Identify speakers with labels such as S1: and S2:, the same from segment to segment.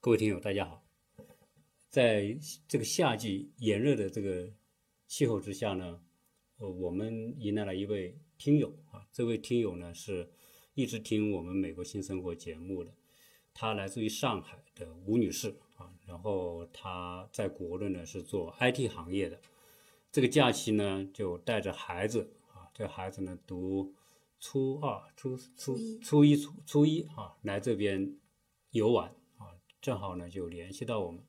S1: 各位听友，大家好。在这个夏季炎热的这个气候之下呢，呃，我们迎来了一位听友啊，这位听友呢是一直听我们《美国新生活》节目的，她来自于上海的吴女士啊，然后她在国内呢是做 IT 行业的。这个假期呢，就带着孩子啊，这孩子呢读初二、初初初一、初初一啊，来这边游玩啊，正好呢就联系到我们，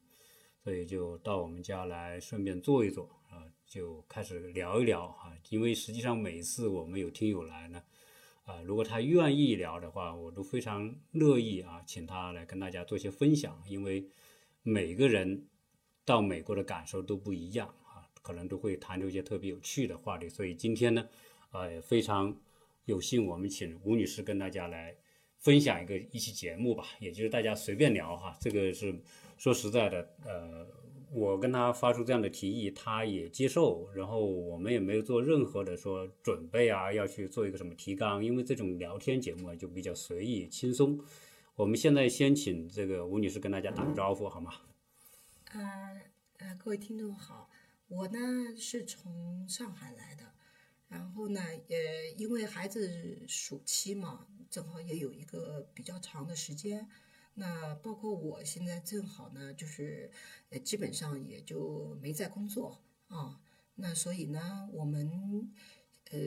S1: 所以就到我们家来顺便坐一坐啊，就开始聊一聊啊，因为实际上每次我们有听友来呢，啊，如果他愿意聊的话，我都非常乐意啊，请他来跟大家做一些分享，因为每个人到美国的感受都不一样。啊可能都会谈论一些特别有趣的话题，所以今天呢，呃，也非常有幸我们请吴女士跟大家来分享一个一期节目吧，也就是大家随便聊哈。这个是说实在的，呃，我跟她发出这样的提议，她也接受，然后我们也没有做任何的说准备啊，要去做一个什么提纲，因为这种聊天节目啊就比较随意轻松。我们现在先请这个吴女士跟大家打个招呼好吗？
S2: 啊啊，各位听众好。我呢是从上海来的，然后呢，也因为孩子暑期嘛，正好也有一个比较长的时间。那包括我现在正好呢，就是呃，基本上也就没在工作啊。那所以呢，我们呃，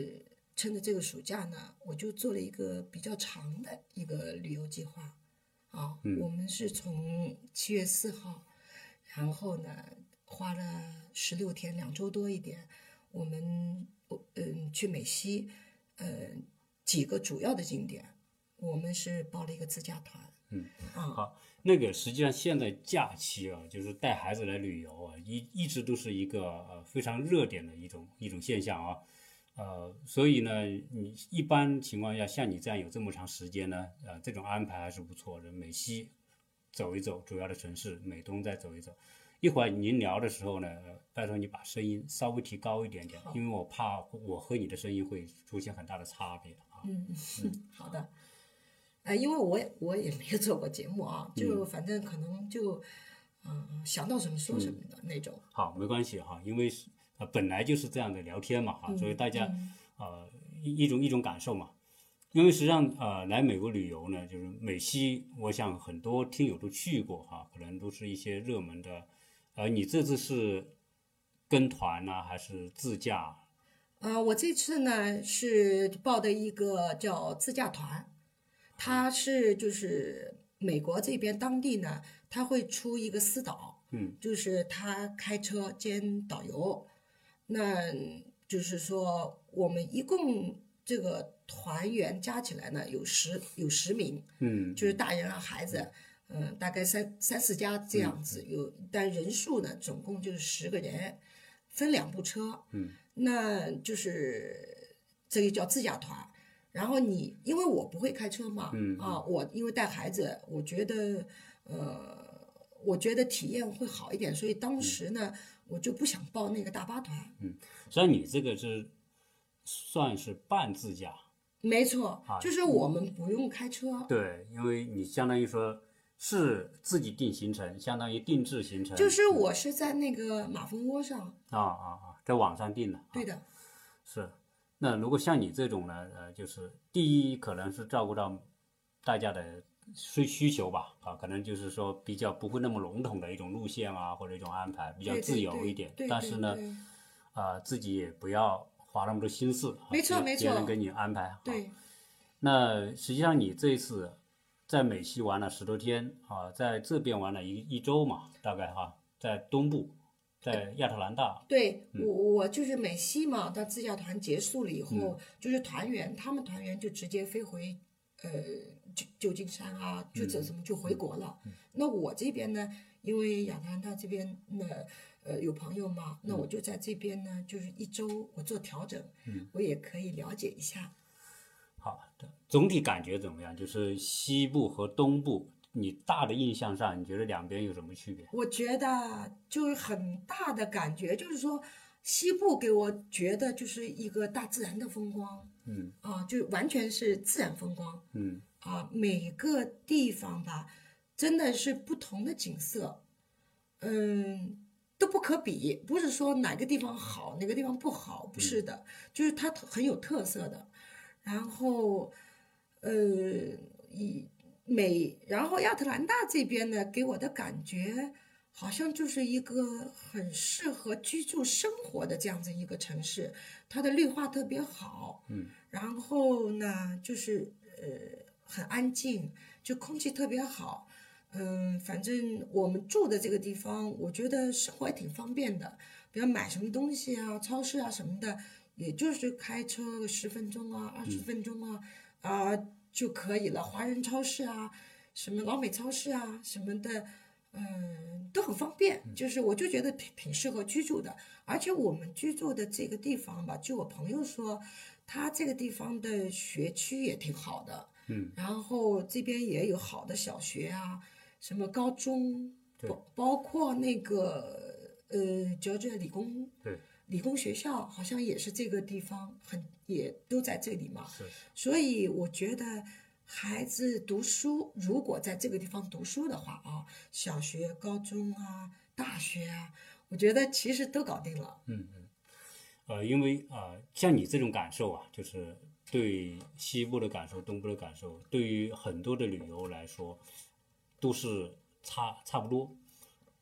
S2: 趁着这个暑假呢，我就做了一个比较长的一个旅游计划啊。
S1: 嗯、
S2: 我们是从七月四号，然后呢。花了十六天，两周多一点。我们嗯去美西，呃几个主要的景点，我们是报了一个自驾团。
S1: 嗯，
S2: 啊、
S1: 好，那个实际上现在假期啊，就是带孩子来旅游啊，一一直都是一个呃非常热点的一种一种现象啊。呃，所以呢，你一般情况下像你这样有这么长时间呢，呃，这种安排还是不错的。美西走一走，主要的城市，美东再走一走。一会儿您聊的时候呢，拜托你把声音稍微提高一点点，因为我怕我和你的声音会出现很大的差别
S2: 啊。嗯，好的。呃，因为我也我也没有做过节目啊，就反正可能就，嗯、呃，想到什么说什么的那种。嗯、
S1: 好，没关系哈，因为呃本来就是这样的聊天嘛哈，嗯、所以大家、嗯、呃一一种一种感受嘛。因为实际上，呃，来美国旅游呢，就是美西，我想很多听友都去过哈，可能都是一些热门的。呃，你这次是跟团呢、啊，还是自驾？
S2: 呃，我这次呢是报的一个叫自驾团，它是就是美国这边当地呢，他会出一个私导，
S1: 嗯，
S2: 就是他开车兼导游，那就是说我们一共这个团员加起来呢有十有十名，
S1: 嗯，
S2: 就是大人啊孩子。嗯，大概三三四家
S1: 嗯
S2: 这样子，有但人数呢，总共就是十个人，分两部车，
S1: 嗯，
S2: 那就是这个叫自驾团。然后你因为我不会开车嘛，
S1: 嗯
S2: 啊，我因为带孩子，我觉得呃，我觉得体验会好一点，所以当时呢，
S1: 嗯、
S2: 我就不想报那个大巴团。
S1: 嗯，所以你这个是算是半自驾，
S2: 没错，就是
S1: 嗯
S2: 我们不用开车。
S1: 啊、对，因为你相当于说。是自己定行程，相当于定制行程。
S2: 就是我是在那个马蜂窝上
S1: 啊啊啊，在网上定的。
S2: 对的、
S1: 啊，是。那如果像你这种呢，呃，就是第一可能是照顾到大家的需需求吧，啊，可能就是说比较不会那么笼统的一种路线啊，或者一种安排，比较自由一点。
S2: 对对对
S1: 但是呢，啊、呃，自己也不要花那么多心思。啊
S2: 没错没错。
S1: 别人给你安排。
S2: 对、
S1: 啊。那实际上你这一次。在美西玩了十多天啊，在这边玩了一一周嘛，大概哈、啊，在东部，在亚特兰大。
S2: 对、
S1: 嗯、
S2: 我，我就是美西嘛，到自驾团结束了以后，嗯、就是团员，他们团员就直接飞回呃旧旧金山啊，就这什么就回国了。
S1: 嗯、
S2: 那我这边呢，因为亚特兰大这边呢，呃有朋友嘛，那我
S1: 嗯
S2: 就在这边呢，就是一周我做调整，我也可以了解一下。
S1: 好的，总体感觉怎么样？就是西部和东部，你大的印象上，你觉得两边有什么区别？
S2: 我觉得就是很大的感觉，就是说西部给我觉得就是一个大自然的风光，
S1: 嗯
S2: 哦啊，就完全是自然风光，
S1: 嗯
S2: 啊，每个地方吧真的是不同的景色，嗯，都不可比。不是说哪个地方好，哪个地方不好，不是的，就是它很有特色的。然后，呃，以美，然后亚特兰大这边呢，给我的感觉好像就是一个很适合居住生活的这样子一个城市，它的绿化特别好，嗯，然后呢，就是呃很安静，就空气特别好，嗯，反正我们住的这个地方，我觉得生活也挺方便的，比如买什么东西啊，超市啊什么的，也就是开车十分钟啊，二十分钟啊，啊、就可以了。华人超市啊，什么老美超市啊，什么的，嗯，都很方便。就是我就觉得挺挺适合居住的，而且我们居住的这个地方吧，据我朋友说，他这个地方的学区也挺好的，
S1: 嗯，
S2: 然后这边也有好的小学啊，什么高中，
S1: 对
S2: 包包括那个呃，乔治亚理工
S1: 对，
S2: 理工学校好像也是这个地方很也都在这里嘛，
S1: 是
S2: 所以我觉得孩子读书如果在这个地方读书的话啊，小学、高中啊、大学啊，我觉得其实都搞定了。
S1: 呃，因为啊、呃像你这种感受啊，就是对西部的感受、东部的感受，对于很多的旅游来说，都是差差不多。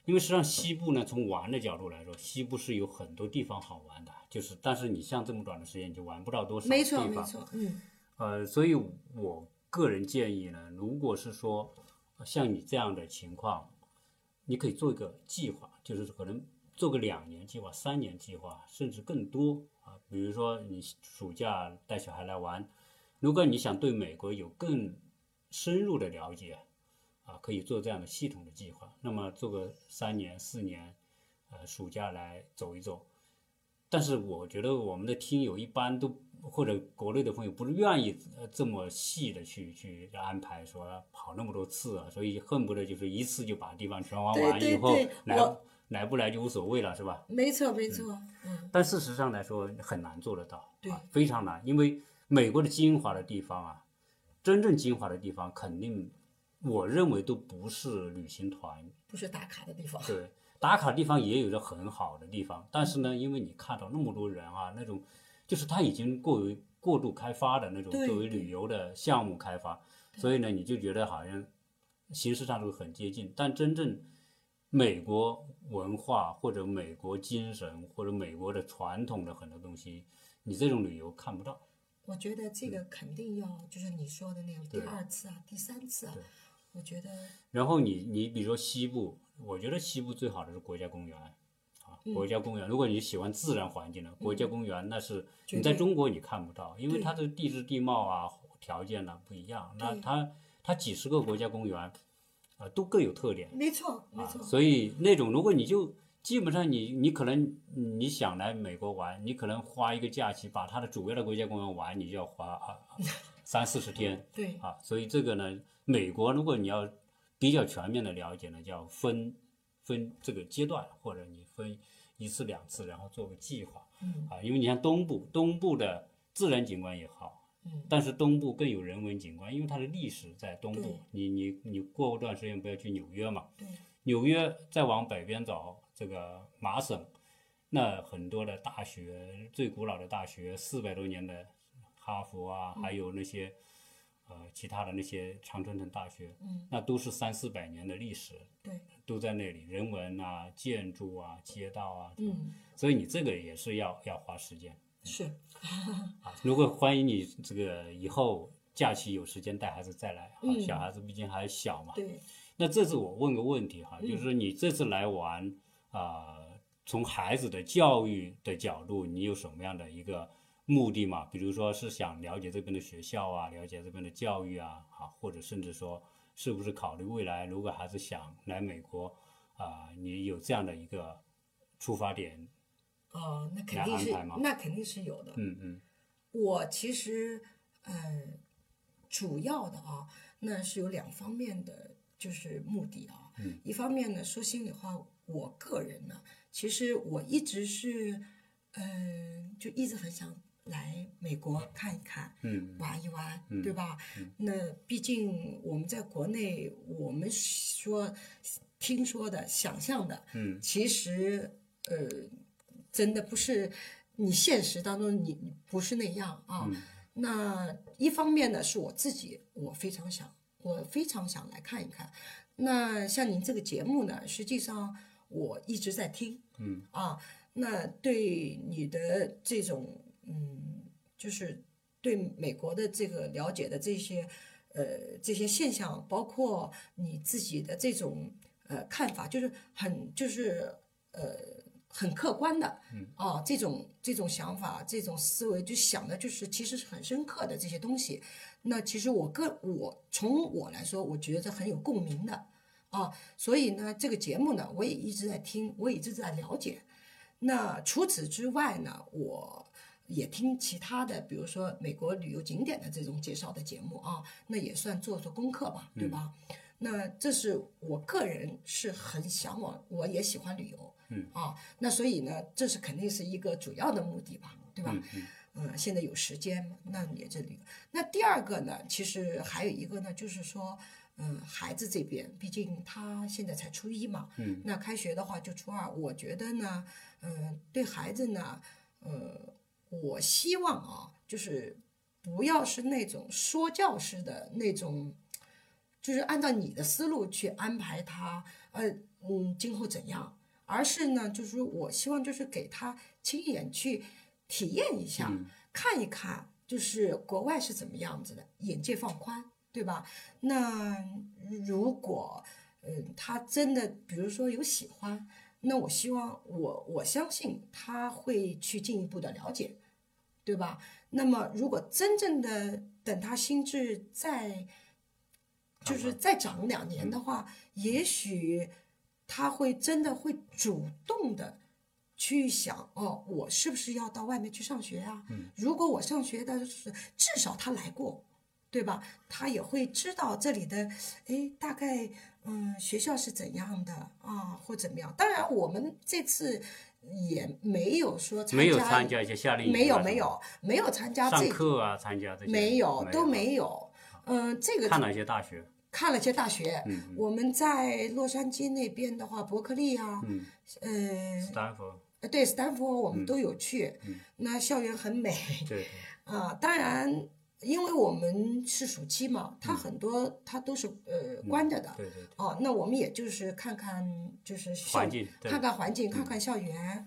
S1: 因为实际上西部呢，从玩的角度来说，西部是有很多地方好玩的，就是但是你像这么短的时间，你就玩不到多少地方。
S2: 没错，没错，嗯，
S1: 呃，所以我个人建议呢，如果是说呃像你这样的情况，你可以做一个计划，就是可能做个两年计划、三年计划，甚至更多啊。比如说你暑假带小孩来玩，如果你想对美国有更深入的了解，啊，可以做这样的系统的计划。那么做个三年、四年，呃，暑假来走一走，但是我觉得我们的听友一般都或者国内的朋友不愿意呃这么细的去去安排，说跑那么多次啊，所以恨不得就是一次就把地方全玩
S2: 对
S1: 完，
S2: 对
S1: 以后
S2: 对
S1: 来
S2: 我
S1: 来不来就无所谓了，是吧？
S2: 没错，没错，嗯，
S1: 但事实上来说很难做得到，
S2: 对
S1: 啊，非常难，因为美国的精华的地方啊，真正精华的地方肯定，我认为都不是旅行团
S2: 不是打卡的地方。
S1: 对，打卡地方也有着很好的地方，但是呢，因为你看到那么多人啊，那种就是它已经过于过度开发的那种
S2: 对
S1: 作为
S2: 对
S1: 旅游的项目开发，所以呢，你就觉得好像形式上都很接近，但真正美国文化或者美国精神或者美国的传统的很多东西，你这种旅游看不到。
S2: 我觉得这个肯定要，就是你说的那样，第
S1: 嗯对
S2: 二次啊，第三次啊
S1: 对，
S2: 我觉得
S1: 然后你你比如说西部，我觉得西部最好的是国家公园，啊，
S2: 嗯
S1: 国家公园。如果你喜欢自然环境的，国家公园那是
S2: 绝
S1: 你在
S2: 对
S1: 中国你看不到，因为
S2: 对
S1: 它的地质地貌啊条件呢、不一样。那
S2: 对
S1: 它它几十个国家公园，啊、都各有特点
S2: 没错，嗯没
S1: 啊，
S2: 错，
S1: 所以那种如果你就基本上你你可能你想来美国玩，你可能花一个假期把它的主要的国家公园玩，你就要花啊啊三四十天。
S2: 对，
S1: 啊，所以这个呢，美国如果你要比较全面的了解呢，叫分分这个阶段，或者你分一次两次，然后做个计划
S2: 嗯
S1: 啊，因为你像东部，东部的自然景观也好，
S2: 嗯，
S1: 但是东部更有人文景观，因为它的历史在东部
S2: 对。
S1: 你你你过段时间不要去纽约嘛，
S2: 对，
S1: 纽约再往北边走，这个麻省，那很多的大学，最古老的大学，四百多年的哈佛啊，还有那些呃其他的那些常春藤大学，
S2: 嗯，
S1: 那都是三四百年的历史，
S2: 对，
S1: 都在那里，人文啊、建筑啊、街道啊，
S2: 嗯，
S1: 所以你这个也是要要花时间
S2: 是。
S1: 啊。如果欢迎你这个以后假期有时间带孩子再来啊，
S2: 嗯
S1: 小孩子毕竟还小嘛，
S2: 对，
S1: 那这次我问个问题哈，
S2: 嗯
S1: 就是你这次来玩啊、呃从孩子的教育的角度，你有什么样的一个目的嘛？比如说是想了解这边的学校啊，了解这边的教育啊，啊，或者甚至说是不是考虑未来如果孩子想来美国啊、你有这样的一个出发点？
S2: 哦，那肯
S1: 来
S2: 定
S1: 安
S2: 是
S1: 排吗，
S2: 那肯定是有的。
S1: 嗯嗯
S2: 我其实，呃，主要的啊，那是有两方面的，就是目的啊。
S1: 嗯
S2: 一方面呢，说心里话，我呃个人呢，其实我一直是，嗯、就一直很想来美国看一看，
S1: 嗯
S2: 玩一玩，
S1: 嗯
S2: 对吧？那毕竟我们在国内，我们说听说的、想象的，
S1: 嗯
S2: 其实呃，真的不是你现实当中你你不是那样啊。
S1: 嗯
S2: 那一方面呢，是我自己，我非常想，我非常想来看一看。那像您这个节目呢，实际上我一直在听，
S1: 嗯
S2: 啊，那对你的这种嗯，就是对美国的这个了解的这些呃这些现象，包括你自己的这种呃看法，就是很就是呃很客观的，嗯啊，这种这种想法，这种思维，就想的就是其实是很深刻的这些东西。那其实我个我从我来说，我觉得很有共鸣的。啊，所以呢，这个节目呢，我也一直在听，我也一直在了解。那除此之外呢，我也听其他的，比如说美国旅游景点的这种介绍的节目啊，那也算做做功课吧，对吧？
S1: 嗯
S2: 那这是我个人是很向往，我也喜欢旅游，
S1: 嗯
S2: 啊，那所以呢，这是肯定是一个主要的目的吧，对吧？
S1: 嗯嗯
S2: 呃，现在有时间嘛，那也这里。那第二个呢，其实还有一个呢，就是说，嗯、孩子这边，毕竟他现在才初一嘛，
S1: 嗯，
S2: 那开学的话就初二。我觉得呢，嗯、对孩子呢，呃，我希望啊，就是不要是那种说教式的那种，就是按照你的思路去安排他，呃，嗯，今后怎样，而是呢，就是我希望就是给他亲眼去体验一下，看一看，就是国外是怎么样子的，眼界放宽，对吧？那如果嗯，他真的，比如说有喜欢，那我希望我我相信他会去进一步的了解，对吧？那么如果真正的等他心智再就是再长两年
S1: 嗯
S2: 的话，也许他会真的会主动的去想，哦，我是不是要到外面去上学啊？
S1: 嗯
S2: 如果我上学的是，至少他来过，对吧？他也会知道这里的，哎，大概嗯学校是怎样的啊，或怎么样。当然，我们这次也没有说参加，
S1: 没有参加一些夏令营啊，
S2: 没有
S1: 什么
S2: 没有没有参加
S1: 上
S2: 这
S1: 课啊，参加这些
S2: 没有都
S1: 啊
S2: 没有。嗯，这个
S1: 看嗯了一些大学，
S2: 看了些大学，我们在洛杉矶那边的话，伯克利啊，
S1: 嗯
S2: 嗯、
S1: ，Stanford，
S2: 呃，对，斯坦福我们都有去，
S1: 嗯
S2: 那校园很美
S1: 对，
S2: 啊、当然，因为我们是暑期嘛，
S1: 嗯
S2: 它很多、它都是呃关着的，
S1: 对对对，
S2: 哦，那我们也就是看看就是校
S1: 环境对嗯
S2: 看看环境，看看校园。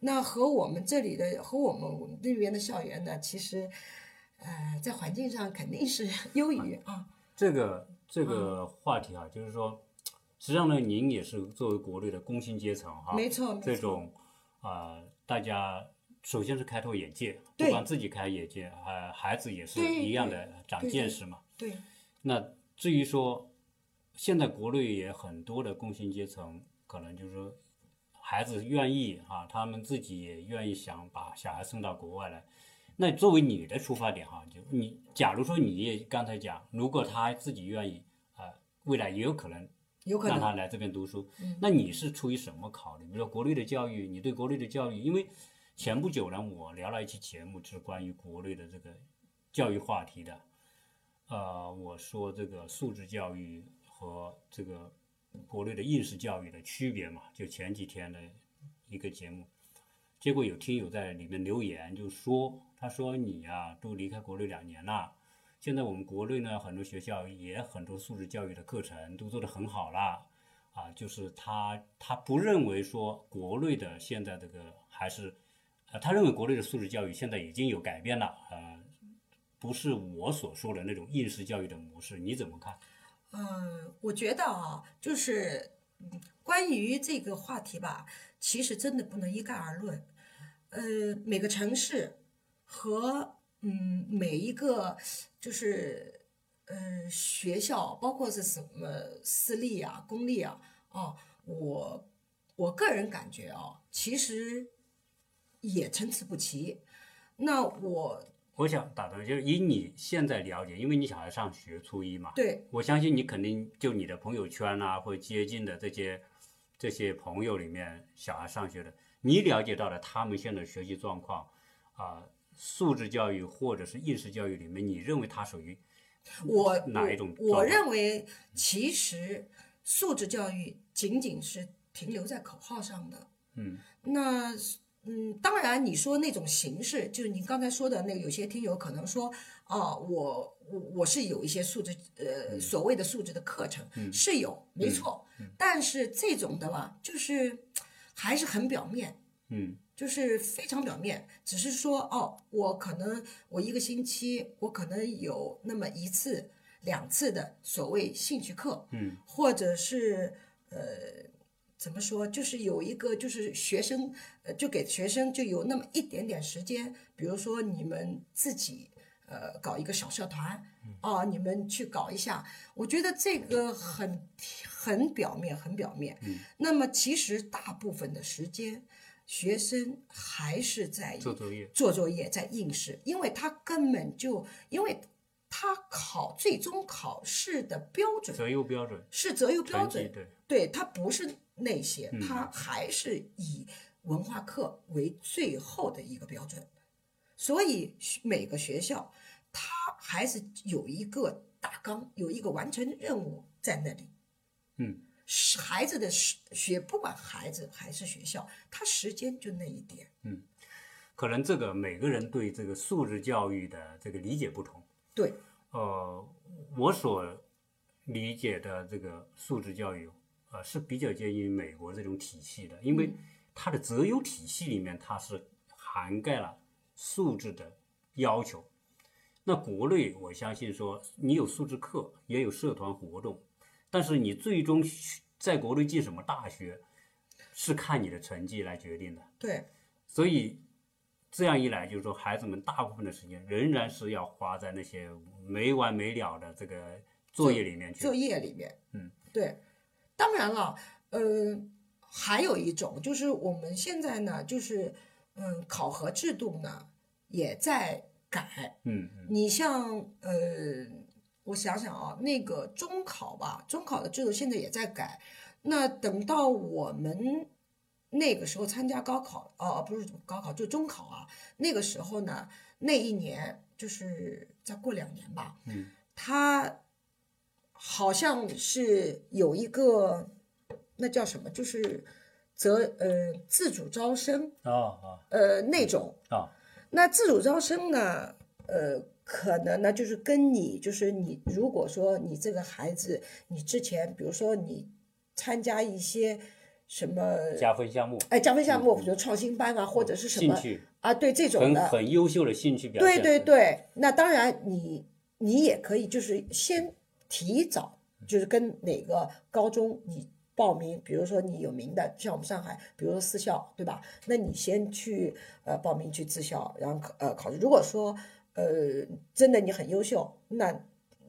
S2: 那和我们这里的和我们我们那边的校园呢，其实，呃，在环境上肯定是 优于啊。
S1: 这个这个
S2: 嗯
S1: 话题啊，就是说，实际上呢，您也是作为国内的工薪阶层哈，
S2: 没错，没
S1: 这
S2: 错
S1: 种啊、呃大家首先是开拓眼界，不
S2: 对
S1: 光自己开眼界，呃，孩子也是
S2: 对
S1: 一样
S2: 对
S1: 的长
S2: 对
S1: 见
S2: 对
S1: 识嘛。
S2: 对，
S1: 那至于说，现在国内也很多的工薪阶层，可能就是说孩子愿意哈、他们自己也愿意想把小孩送到国外来。那作为你的出发点哈、就你假如说你也刚才讲，如果他自己愿意，呃，未来也有可能
S2: 有可
S1: 让
S2: 能嗯
S1: 他来这边读书。那你是出于什么考虑？比如说国内的教育，你对国内的教育，因为前不久呢，我聊了一期节目，是关于国内的这个教育话题的。呃，我说这个素质教育和这个国内的应试教育的区别嘛，就前几天的一个节目，结果有听友在里面留言，就说他说你呀、都离开国内两年了。现在我们国内呢，很多学校也很多素质教育的课程都做得很好啦，啊，就是他他不认为说国内的现在这个还是，呃，他认为国内的素质教育现在已经有改变了，呃，不是我所说的那种应试教育的模式，你怎么看？
S2: 嗯，我觉得啊，就是嗯关于这个话题吧，其实真的不能一概而论。呃，每个城市和嗯每一个就是呃学校，包括是什么私立啊、公立啊，哦，我我个人感觉啊，其实也参差不齐。那我
S1: 我想打断，就是以你现在了解，因为你小孩上学初一嘛，
S2: 对
S1: 我相信你肯定就你的朋友圈啊，或者接近的这些这些朋友里面，小孩上学的，你了解到了他们现在学习状况啊、素质教育或者是应试教育里面，你认为它属于
S2: 我
S1: 嗯哪一种
S2: 我？
S1: 状
S2: 我
S1: 态
S2: 认为其实素质教育仅仅是停留在口号上的。
S1: 嗯，
S2: 那嗯，当然你说那种形式，就是您刚才说的那个，有些听友可能说，哦，我我我是有一些素质，
S1: 嗯
S2: 呃，所谓的素质的课程、是有，没错，但是这种的吧，就是还是很表面。
S1: 嗯
S2: 就是非常表面，只是说哦，我可能我一个星期我可能有那么一次、两次的所谓兴趣课，
S1: 嗯，
S2: 或者是呃，怎么说，就是有一个就是学生，呃，就给学生就有那么一点点时间，比如说你们自己呃搞一个小社团，
S1: 嗯
S2: 啊、你们去搞一下，我觉得这个很很表面，很表面。
S1: 嗯
S2: 那么其实大部分的时间，学生还是在
S1: 做作业，
S2: 做作业，在应试，因为他根本就因为他考最终考试的标准
S1: 择优标准，
S2: 是择优
S1: 成
S2: 标
S1: 绩
S2: 准，
S1: 对，
S2: 对，它不是那些，它还是以文化课为最后的一个标准，所以学每个学校它还是有一个大纲，有一个完成任务在那里。
S1: 嗯，
S2: 是孩子的时学，不管孩子还是学校，他时间就那一点。
S1: 可能这个每个人对这个素质教育的这个理解不同。
S2: 对，
S1: 呃，我所理解的这个素质教育，呃，是比较接近美国这种体系的，因为它的择优体系里面，它是涵盖了素质的要求。那国内，我相信说你有素质课，也有社团活动，但是你最终去在国内进什么大学，是看你的成绩来决定的。
S2: 对，
S1: 所以这样一来，就是说孩子们大部分的时间仍然是要花在那些没完没了的这个作业里面去
S2: 作。业里面，
S1: 嗯，
S2: 对。当然了，呃，还有一种就是我们现在呢，就是嗯，考核制度呢也在改。
S1: 嗯嗯
S2: 你像呃，我想想啊，那个中考吧，中考的制度现在也在改。那等到我们那个时候参加高考，哦，不是高考，就中考啊，那个时候呢，那一年就是再过两年吧，
S1: 嗯，
S2: 他好像是有一个那叫什么，就是择呃自主招生
S1: 哦
S2: 呃那种。
S1: 哦哦，
S2: 那自主招生呢，呃，可能呢就是跟你就是你如果说你这个孩子，你之前比如说你参加一些什么。
S1: 加分项目，
S2: 哎，加分项目，比如创新班啊，或者是什
S1: 兴
S2: 么
S1: 趣
S2: 啊，对这种
S1: 很
S2: 的，
S1: 很优秀的兴趣表
S2: 对
S1: 现。
S2: 对对，那当然你你也可以就是先提早，就是跟哪个高中你报名，比如说你有名的，像我们上海，比如说私校，对吧？那你先去呃报名去自校，然后考呃考试。如果说呃真的你很优秀，那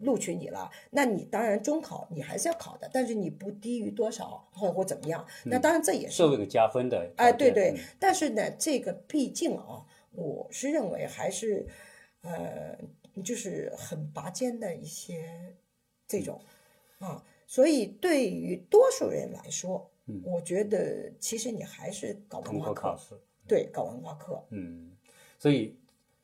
S2: 录取你了，那你当然中考你还是要考的，但是你不低于多少或或怎么样，那当然这也是
S1: 嗯社会给加分的。嗯
S2: 哎，对对，，但是呢，这个毕竟啊，我是认为还是，呃，就是很拔尖的一些
S1: 嗯
S2: 这种啊，所以对于多数人来说，
S1: 嗯
S2: 我觉得其实你还是搞
S1: 通
S2: 文化
S1: 过考
S2: 课，
S1: 试。
S2: 对，搞文化课，
S1: 嗯，所以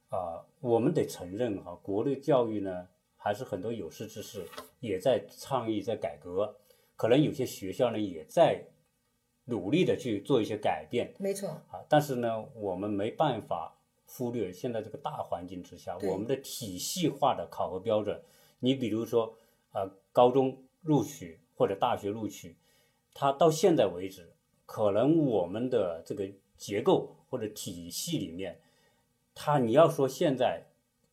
S1: 啊、我们得承认哈、国内教育呢，还是很多有识之士也在倡议在改革，可能有些学校呢也在努力的去做一些改变
S2: 没错，
S1: 啊，但是呢，我们没办法忽略现在这个大环境之下，
S2: 对
S1: 我们的体系化的考核标准，你比如说呃，高中录取或者大学录取，它到现在为止，可能我们的这个结构或者体系里面，它你要说现在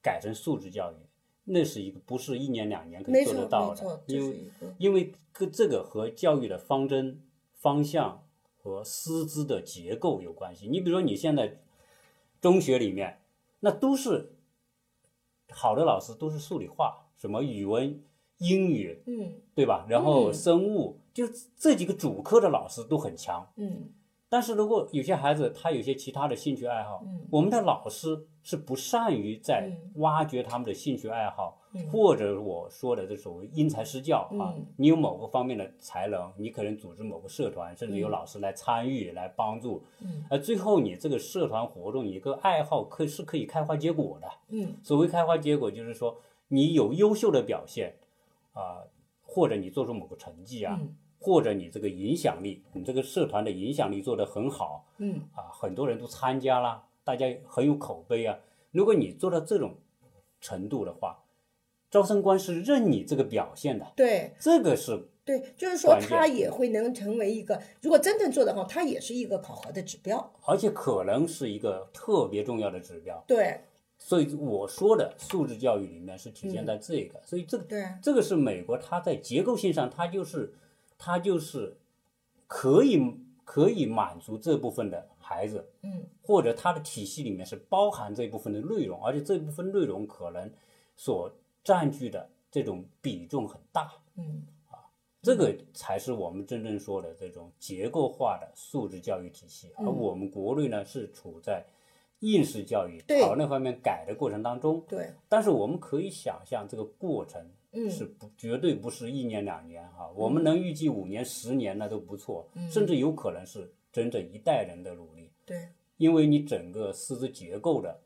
S1: 改成素质教育，那是一个不是一年两年可以
S2: 没
S1: 做
S2: 错，
S1: 得到
S2: 没
S1: 的
S2: 错，，这
S1: 因
S2: 是
S1: 为
S2: 一个
S1: 因为跟这个和教育的方针方向和师资的结构有关系。你比如说你现在中学里面，那都是好的老师都是数理化，什么语文、英语，
S2: 嗯
S1: 对吧？然后
S2: 嗯
S1: 生物，就这几个主科的老师都很强。
S2: 嗯，
S1: 但是如果有些孩子他有些其他的兴趣爱好，
S2: 嗯
S1: 我们的老师是不善于在
S2: 嗯
S1: 挖掘他们的兴趣爱好，
S2: 嗯
S1: 或者我说的这所谓因材施教啊，
S2: 嗯
S1: 你有某个方面的才能，你可能组织某个社团，甚至有
S2: 嗯
S1: 老师来参与、来帮助，
S2: 嗯
S1: 而最后你这个社团活动，一个爱好可是可以开花结果的。
S2: 嗯
S1: 所谓开花结果，就是说你有优秀的表现啊、或者你做出某个成绩啊，
S2: 嗯
S1: 或者你这个影响力，你这个社团的影响力做得很好
S2: 嗯
S1: 啊，很多人都参加啦，大家很有口碑啊。如果你做到这种程度的话，招生官是认你这个表现的，
S2: 对
S1: 这个是
S2: 对，就是说
S1: 关键
S2: 他也会能成为一个，如果真正做得好，他也是一个考核的指标。
S1: 而且可能是一个特别重要的指标。
S2: 对
S1: 所以我说的素质教育里面是体现在这个，所以这个
S2: 对，啊
S1: 这个是美国它在结构性上，它就是它就是可以可以满足这部分的孩子，
S2: 嗯
S1: 或者它的体系里面是包含这部分的内容，而且这部分内容可能所占据的这种比重很大，
S2: 嗯
S1: 这个才是我们真正说的这种结构化的素质教育体系，而
S2: 嗯
S1: 我们国内呢是处在应试教育
S2: 对
S1: 朝那方面改的过程当中，
S2: 对，
S1: 但是我们可以想象这个过程
S2: 嗯
S1: 是不绝对不是一年两年哈、我们能预计五年、十年那都不错，
S2: 嗯
S1: 甚至有可能是整整一代人的努力，
S2: 对
S1: 因为你整个师资结构的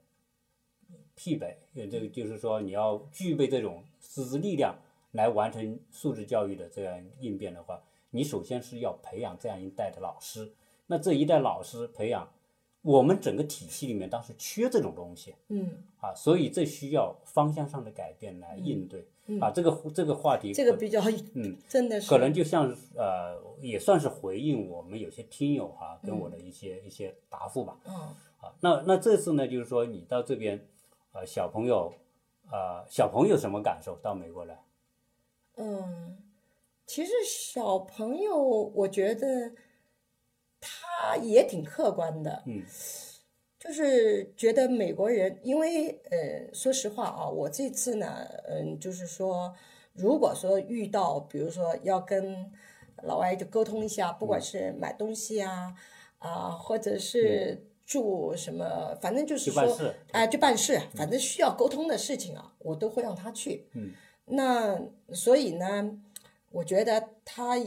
S1: 匹配，呃，这个就是说你要具备这种师资力量来完成素质教育的这样应变的话，你首先是要培养这样一代的老师，那这一代老师培养，我们整个体系里面当时缺这种东西。
S2: 嗯
S1: 啊，所以这需要方向上的改变来应对、
S2: 嗯
S1: 啊。这个这个话题可，
S2: 这个比较
S1: 嗯，
S2: 真的是
S1: 可能就像呃，也算是回应我们有些听友哈、跟我的一些、一些答复吧。
S2: 嗯
S1: 啊，那那这次呢，就是说你到这边，呃，小朋友，呃，小朋友什么感受？到美国来，
S2: 嗯，其实小朋友，我觉得他也挺客观的，
S1: 嗯
S2: 就是觉得美国人，因为呃，说实话啊，我这次呢，嗯，就是说，如果说遇到，比如说要跟老外就沟通一下，不管
S1: 嗯
S2: 是买东西啊，啊，或者是住什么，反正就是
S1: 去办
S2: 说
S1: 事，
S2: 哎，去办事，反正需要沟通的事情啊，我都会让他去。
S1: 嗯
S2: 那所以呢，我觉得他呃，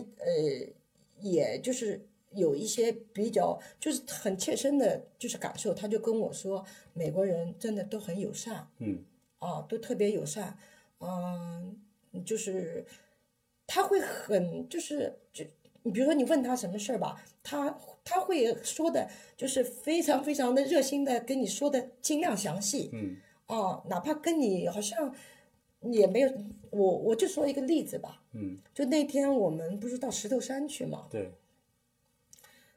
S2: 也就是有一些比较，就是很切身的，就是感受。他就跟我说，美国人真的都很友善
S1: 嗯
S2: 啊，都特别友善，嗯、就是他会很就是就。你比如说，你问他什么事儿吧，他他会说的，就是非常非常的热心的跟你说的，尽量详细。
S1: 嗯
S2: 哦，哪怕跟你好像也没有，我我就说一个例子吧，
S1: 嗯，
S2: 就那天我们不是到石头山去嘛，
S1: 对，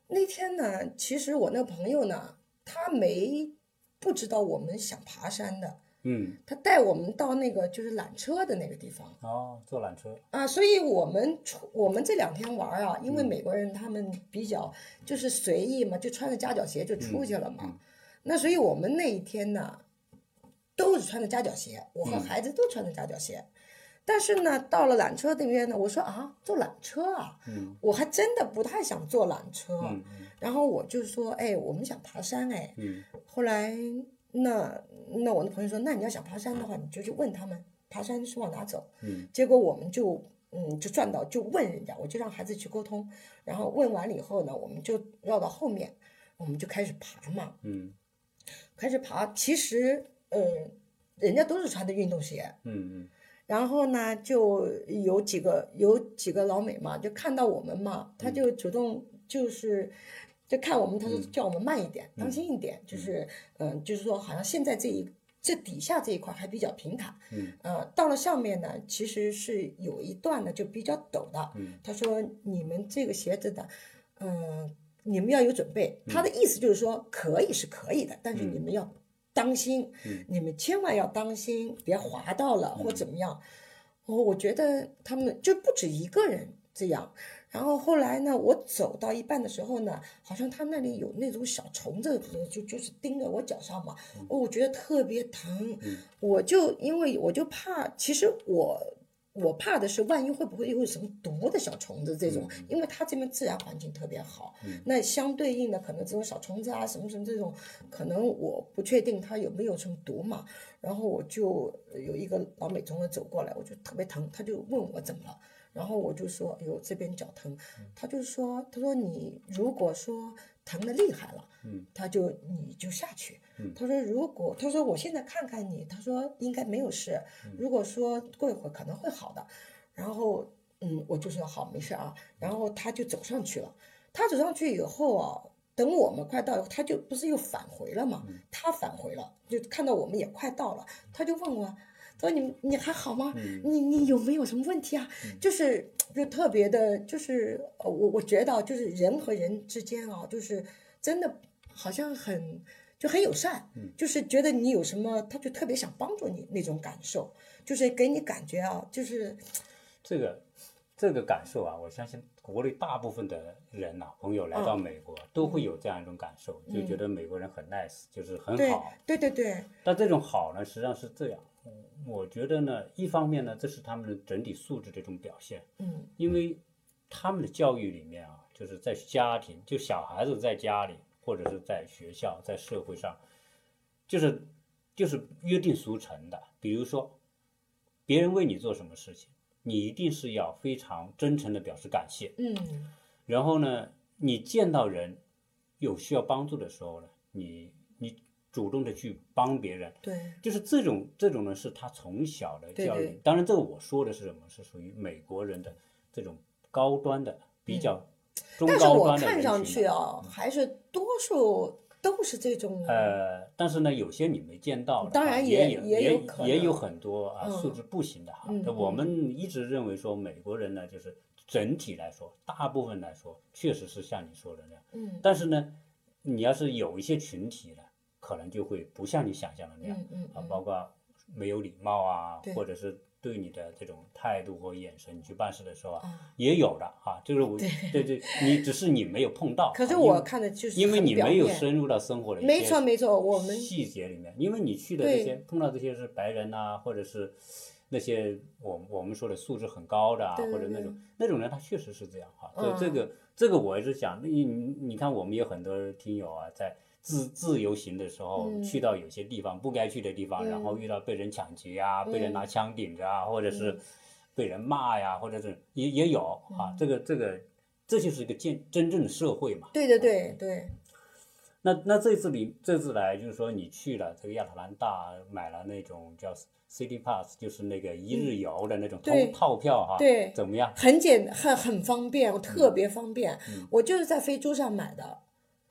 S2: 那天呢，其实我那个朋友呢，他没不知道我们想爬山的，
S1: 嗯，
S2: 他带我们到那个就是缆车的那个地方
S1: 哦，坐缆车，
S2: 啊，所以我们出我们这两天玩儿啊，因
S1: 嗯
S2: 为美国人他们比较就是随意嘛，就穿着夹脚鞋就出去了嘛，
S1: 嗯
S2: 那所以我们那一天呢，都是穿着夹脚鞋，我和
S1: 嗯
S2: 孩子都穿着夹脚鞋。但是呢，到了缆车那边呢，我说啊，坐缆车啊，
S1: 嗯
S2: 我还真的不太想坐缆车。
S1: 嗯
S2: 然后我就说，哎，我们想爬山，哎。
S1: 嗯
S2: 后来那那我的朋友说，那你要想爬山的话，你就去问他们爬山是往哪走。
S1: 嗯
S2: 结果我们就嗯就转到就问人家，我就让孩子去沟通，然后问完了以后呢，我们就绕到后面，我们就开始爬嘛。
S1: 嗯
S2: 开始爬，其实，嗯，人家都是穿的运动鞋，
S1: 嗯嗯
S2: 然后呢，就有几个有几个老美嘛，就看到我们嘛，他就主动就是，就看我们，他就
S1: 嗯
S2: 叫我们慢一点，当心一点，就是，嗯，就是说好像现在这一这底下这一块还比较平坦，
S1: 嗯，
S2: 呃，到了上面呢，其实是有一段呢就比较陡的，
S1: 嗯
S2: 他说你们这个鞋子的，嗯，你们要有准备。
S1: 嗯
S2: 他的意思就是说可以是可以的，但是你们要当心，
S1: 嗯
S2: 你们千万要当心，别滑到了或怎么样。我、我觉得他们就不止一个人这样。然后后来呢，我走到一半的时候呢，好像他那里有那种小虫子，就就是叮在我脚上嘛，哦我觉得特别疼。我就因为我就怕，其实我我怕的是，万一会不会有什么毒的小虫子这种？因为它这边自然环境特别好，那相对应的可能这种小虫子啊，什么什么这种，可能我不确定它有没有什么毒嘛。然后我就呃有一个老美中国走过来，我就特别疼，他就问我怎么了，然后我就说，哎呦这边脚疼，他就说，他说你如果说疼的厉害了，
S1: 嗯，
S2: 他就你就下去，他说如果他说我现在看看你，他说应该没有事，如果说过一会儿可能会好的，然后嗯我就说好没事啊，然后他就走上去了，他走上去以后啊。等我们快到，他就不是又返回了嘛？他返回了，就看到我们也快到了，他就问我，他说你你还好吗？你你有没有什么问题啊？就是就特别的，就是呃我我觉得啊就是人和人之间啊，就是真的好像很就很友善，就是觉得你有什么，他就特别想帮助你那种感受，就是给你感觉啊，就是
S1: 这个这个感受啊，我相信国内大部分的人呐、朋友来到美国、都会有这样一种感受，就觉得美国人很 nice，就是很
S2: 对
S1: 好。
S2: 对对对，
S1: 但这种好呢，实际上是这样，嗯我觉得呢，一方面呢，这是他们的整体素质的一种表现，
S2: 嗯
S1: 因为他们的教育里面啊，就是在家庭，就小孩子在家里或者是在学校，在社会上，就是就是约定俗成的。比如说，别人为你做什么事情，你一定是要非常真诚的表示感谢。
S2: 嗯
S1: 然后呢，你见到人有需要帮助的时候呢，你你主动的去帮别人，
S2: 对
S1: 就是这种这种呢，是他从小的
S2: 对
S1: 教育。
S2: 对
S1: 当然，这个我说的是什么？是属于美国人的这种高端的、比较中
S2: 嗯但是
S1: 高
S2: 我
S1: 端的
S2: 看
S1: 人
S2: 上
S1: 群
S2: 去
S1: 嘛。
S2: 啊，还是多数都是这种，
S1: 呃，但是呢，有些你没见到的啊，
S2: 当然
S1: 也
S2: 也
S1: 有
S2: 也有
S1: 也
S2: 可
S1: 也有
S2: 能
S1: 很多啊
S2: 嗯
S1: 素质不行的哈
S2: 嗯。
S1: 但我们一直认为说美国人呢，就是整体来说，大部分来说确实是像你说的那样。
S2: 嗯
S1: 但是呢，你要是有一些群体呢，可能就会不像你想象的那样。
S2: 嗯嗯
S1: 啊，
S2: 嗯，
S1: 包括没有礼貌啊
S2: 对，
S1: 或者是对你的这种态度或眼神，你去办事的时候啊，
S2: 啊。
S1: 也有的哈、就是我，对对，你只是你没有碰到，
S2: 可是
S1: 啊因为
S2: 我看的就是
S1: 因为
S2: 很
S1: 你
S2: 表
S1: 没有
S2: 面
S1: 深入到生活的一
S2: 没
S1: 些
S2: 错没错，我们
S1: 细节里面，因为你去的这
S2: 对
S1: 些碰到这些是白人呐、或者是那些我我们说的素质很高的啊，
S2: 对对
S1: 或者那
S2: 对
S1: 种那种人，他确实是这样哈、
S2: 嗯
S1: 这这个这个我是想，你你你看，我们有很多听友啊，在自自由行的时候、
S2: 嗯
S1: 去到有些地方不该去的地方，然后遇到被人抢劫啊，被人拿枪顶着
S2: 嗯
S1: 啊，或者是被人骂呀，或者是也也有
S2: 嗯
S1: 啊，这个这个这就是一个真真正的社会嘛。
S2: 对对对对，
S1: 那那这次你这次来就是说你去了这个亚特兰大，买了那种叫 City Pass，就是那个一日游的那种通、
S2: 嗯对
S1: 套票哈，
S2: 对
S1: 怎么样？
S2: 很简很很方便，
S1: 嗯
S2: 特别方便。我就是在飞猪上买的，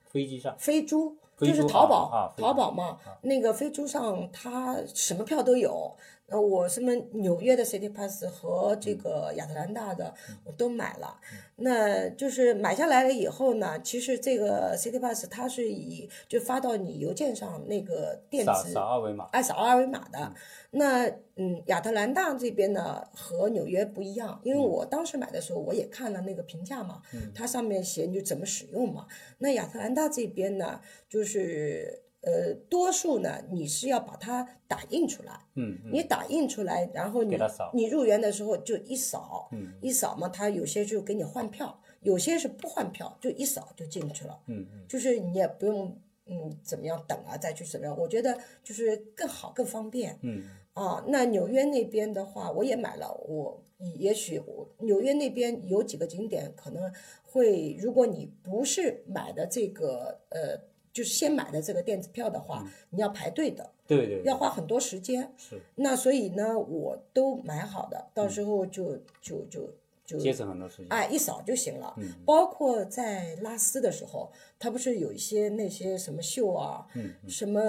S1: 飞机上
S2: 飞猪
S1: 飞
S2: 就是
S1: 猪
S2: 淘
S1: 啊
S2: 宝，
S1: 啊飞
S2: 淘
S1: 猪
S2: 宝嘛，那个飞猪上它什么票都有。呃，我什么纽约的 City Pass 和这个亚特兰大的
S1: 嗯
S2: 我都买了，那就是买下来了以后呢，其实这个 City Pass 它是以就发到你邮件上那个电
S1: 扫
S2: 子
S1: 扫二维码，
S2: 啊，扫二维码的。那嗯，亚特兰大这边呢和纽约不一样，因为我当时买的时候我也看了那个评价嘛，它上面写你就怎么使用嘛。那亚特兰大这边呢，就是呃，多数呢你是要把它打印出来，
S1: 嗯嗯
S2: 你打印出来，然后
S1: 给
S2: 你
S1: 它扫嗯
S2: 你入园的时候就一扫，一扫嘛，它有些就给你换票，有些是不换票，就一扫就进去了。
S1: 嗯嗯，
S2: 就是你也不用嗯怎么样等啊，再去怎么样，我觉得就是更好更方便。
S1: 嗯
S2: 啊，那纽约那边的话，我也买了，我也许我纽约那边有几个景点可能会，如果你不是买的这个呃，就是先买的这个电子票的
S1: 嗯
S2: 话，你要排队的，
S1: 对对对
S2: 要，花很多时间。
S1: 是
S2: 那所以呢，我都买好的，
S1: 嗯
S2: 到时候就就就就
S1: 节省很多时间。
S2: 哎，一扫就行了。
S1: 嗯
S2: 包括在拉丝的时候，它不是有一些那些什么秀啊，
S1: 嗯
S2: 什么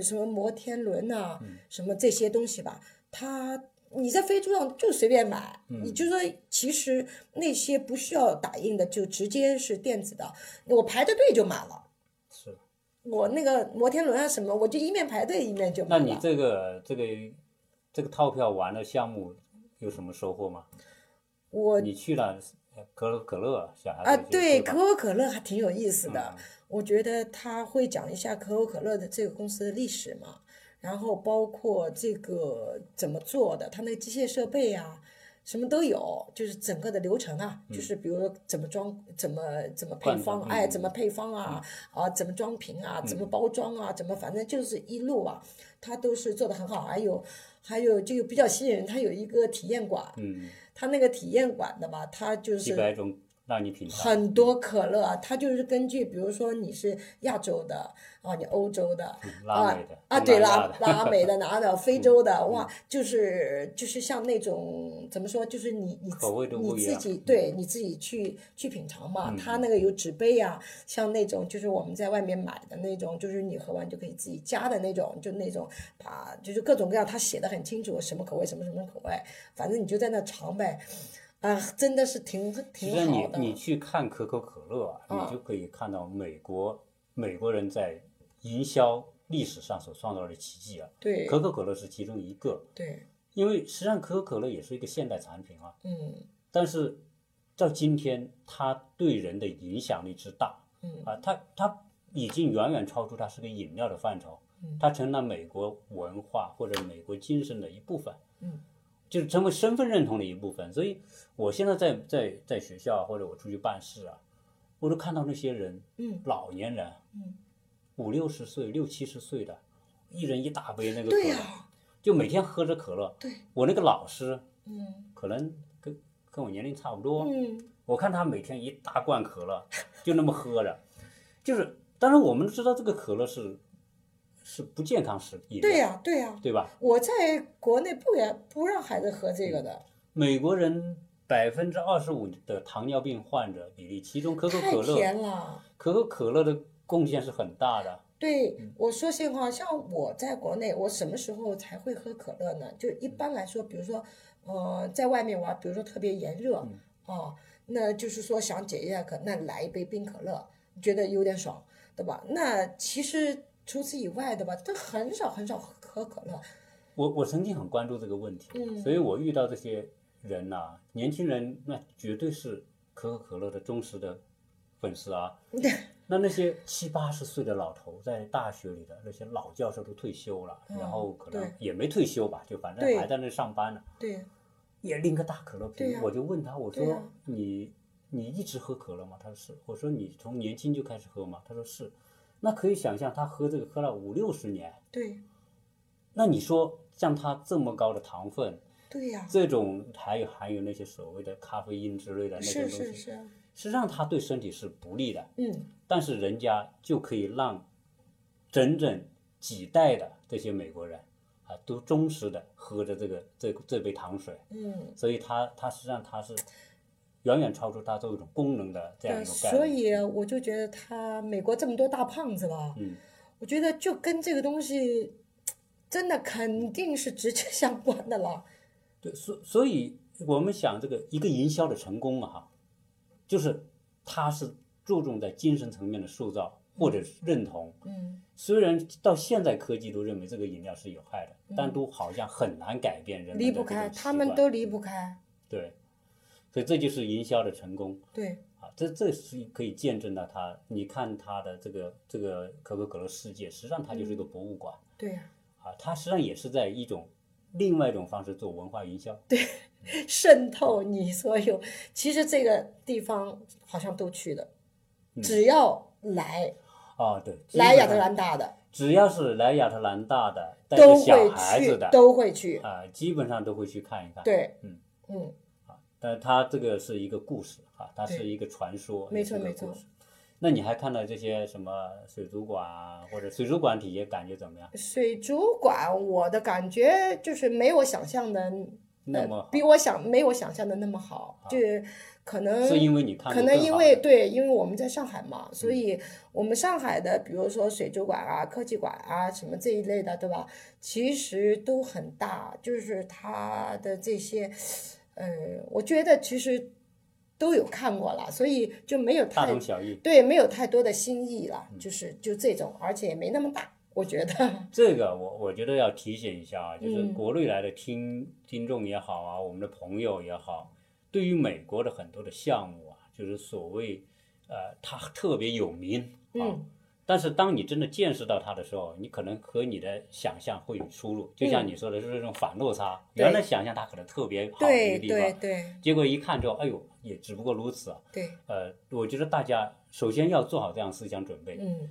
S2: 什么摩天轮呐、什么这些东西吧，它你在飞猪上就随便买，
S1: 嗯
S2: 你就说其实那些不需要打印的，就直接是电子的，我排着队就买了。
S1: 是。
S2: 我那个摩天轮啊什么，我就一面排队一面就买
S1: 那
S2: 了。
S1: 你这个这个这个套票玩的项目有什么收获吗？
S2: 我
S1: 你去了可口可乐，小孩子
S2: 啊，
S1: 去
S2: 对，
S1: 吧嗯
S2: 可口可乐还挺有意思的。我觉得他会讲一下可口可乐的这个公司的历史嘛，然后包括这个怎么做的，它那个机械设备啊，什么都有，就是整个的流程啊，就是比如说怎么装，怎么怎么配方，
S1: 嗯灌装
S2: 哎，
S1: 嗯
S2: 怎么配方啊，啊，怎么装瓶啊，怎么包装啊，怎么反正就是一路啊，它都是做得很好。还有还有就比较吸引人，它有一个体验馆，
S1: 嗯，
S2: 它那个体验馆的吧，它就
S1: 几
S2: 是
S1: 百种让你品尝，
S2: 很多可乐，啊它就是根据，比如说你是亚洲的啊，你欧洲的
S1: 拉
S2: 啊
S1: 美的
S2: 啊，
S1: 东
S2: 对
S1: 南亚
S2: 拉
S1: 的
S2: 拉美 的、拿的非洲的，哇，就是就是像那种怎么说，就是你你
S1: 口味都
S2: 你
S1: 不一
S2: 自
S1: 样嗯
S2: 己对你自己去去品尝嘛，它那个有纸杯啊，像那种就是我们在外面买的那种，就是你喝完就可以自己加的那种，就那种把就是各种各样，它写的很清楚，什么口味什么什么口味，反正你就在那尝呗。啊，真的是挺
S1: 实
S2: 挺
S1: 际上
S2: 好
S1: 你
S2: 的。
S1: 你去看可口可乐啊，
S2: 嗯
S1: 你就可以看到美国美国人在营销历史上所创造的奇迹啊。
S2: 对
S1: 可口可乐是其中一个，
S2: 对，
S1: 因为实际上可口可乐也是一个现代产品啊，
S2: 嗯
S1: 但是到今天它对人的影响力之大
S2: 嗯
S1: 啊，它它已经远远超出它是个饮料的范畴
S2: 嗯，
S1: 它成了美国文化或者美国精神的一部分。
S2: 嗯
S1: 就是成为身份认同的一部分。所以我现在在在在学校啊或者我出去办事啊，我都看到那些人，
S2: 嗯，
S1: 老年人，
S2: 嗯，
S1: 五六十岁、六七十岁的，一人一大杯那个可
S2: 对
S1: 乐，
S2: 呀、
S1: 就每天喝着可乐。
S2: 对，
S1: 我那个老师
S2: 嗯
S1: 可能跟跟我年龄差不多，
S2: 嗯
S1: 我看他每天一大罐可乐， 就那么喝着，就是。当然，我们知道这个可乐是是不健康食品，
S2: 对呀、对呀、
S1: 对吧？
S2: 我在国内不也不让孩子喝这个的，
S1: 美国人百分之二十五的糖尿病患者比例，其中可口嗯可
S2: 太
S1: 乐，
S2: 甜了。
S1: 可口可乐的贡献是很大的。
S2: 对，
S1: 嗯
S2: 我说实话，像我在国内，我什么时候才会喝可乐呢？就
S1: 嗯
S2: 一般来说，比如说，呃，在外面玩，比如说特别炎热，
S1: 嗯
S2: 哦、那就是说想解压渴，那来一杯冰可乐，觉得有点爽，对吧？那其实除此以外，对吧？这很少很少喝可乐，
S1: 我我曾经很关注这个问题，
S2: 嗯
S1: 所以我遇到这些人呐、年轻人那绝对是可口可乐的忠实的粉丝啊。那那些七八十岁的老头，在大学里的那些老教授都退休了，
S2: 嗯
S1: 然后可能
S2: 对
S1: 也没退休吧，就反
S2: 对
S1: 正还在那上班呢。
S2: 对，
S1: 也拎个大可乐
S2: 对
S1: 瓶，
S2: 呀
S1: 我就问他，我
S2: 对
S1: 说
S2: 呀
S1: 你你一直喝可乐吗？他说是。我说你从年轻就开始喝吗？他说是。那可以想象，他喝这个喝了五六十年。
S2: 对，
S1: 那你说像他这么高的糖分，
S2: 对呀、
S1: 这种还有含有那些所谓的咖啡因之类的那种
S2: 是
S1: 东西，
S2: 是是，
S1: 实际上它对身体是不利的。
S2: 嗯，
S1: 但是人家就可以让整整几代的这些美国人啊，都忠实的喝着这个这这杯糖水。
S2: 嗯，
S1: 所以它它实际上它是远远超出它这种功能的这样
S2: 对，
S1: 一种概念。
S2: 所以我就觉得他美国这么多大胖子吧，
S1: 嗯，
S2: 我觉得就跟这个东西真的肯定是直接相关的了。嗯
S1: 对，所所以我们想这个一个营销的成功啊，哈，就是它是注重在精神层面的塑造或者是认同。
S2: 嗯，
S1: 虽然到现在科技都认为这个饮料是有害的，但都好像很难改变人们的
S2: 嗯离不
S1: 这种
S2: 开，
S1: 习
S2: 他们
S1: 惯
S2: 都离不开。
S1: 对，所以这就是营销的成功。
S2: 对，
S1: 啊，这这是可以见证到它。你看它的这个这个可口可乐世界，实际上它就是一个博物馆
S2: 对呀、
S1: 啊，它实际上也是在一种另外一种方式做文化营销。
S2: 渗透你所有。其实这个地方好像都去的，只要来
S1: 啊，对，嗯基
S2: 来
S1: 本
S2: 亚特
S1: 上
S2: 兰大的
S1: 只要是来亚特兰大的带着
S2: 都
S1: 小
S2: 会
S1: 孩子
S2: 去
S1: 的，
S2: 都会去。
S1: 啊，基本上都会去看一看。，
S2: 对，
S1: 嗯
S2: 嗯，
S1: 但它这个是一个故事啊，它
S2: 对
S1: 是一个传说，
S2: 没
S1: 也是
S2: 错
S1: 个
S2: 没
S1: 故
S2: 错
S1: 事。那你还看到这些什么水族馆啊，或者水族馆体验感觉怎么样？
S2: 水族馆，我的感觉就是没我想象的
S1: 那么好
S2: 比我想没我想象的那么好，就是可能
S1: 啊是因为你看
S2: 嗯可
S1: 过
S2: 能
S1: 更
S2: 因
S1: 好
S2: 为
S1: 的嗯
S2: 对，因为我们在上海嘛，所以我们上海的，比如说水族馆啊、科技馆啊什么这一类的，对吧？其实都很大，就是它的这些，呃，我觉得其实都有看过了，所以就没有
S1: 大
S2: 太
S1: 同小异，嗯
S2: 对，没有太多的新意了，就是就这种，而且也没那么大，我觉得。
S1: 这个我我觉得要提醒一下啊，就是
S2: 嗯
S1: 国内来的听听众也好啊，我们的朋友也好，对于美国的很多的项目啊，就是所谓呃，它特别有名啊，
S2: 嗯
S1: 但是当你真的见识到它的时候，你可能和你的想象会有出入。就像你说的，是这种反落差。
S2: 嗯对
S1: 原来想象它可能特别好的一个
S2: 对
S1: 地
S2: 对
S1: 方，
S2: 对
S1: 结果一看之后，哎呦，也只不过如此啊。
S2: 对，
S1: 呃，我觉得大家首先要做好这样思想准备。
S2: 嗯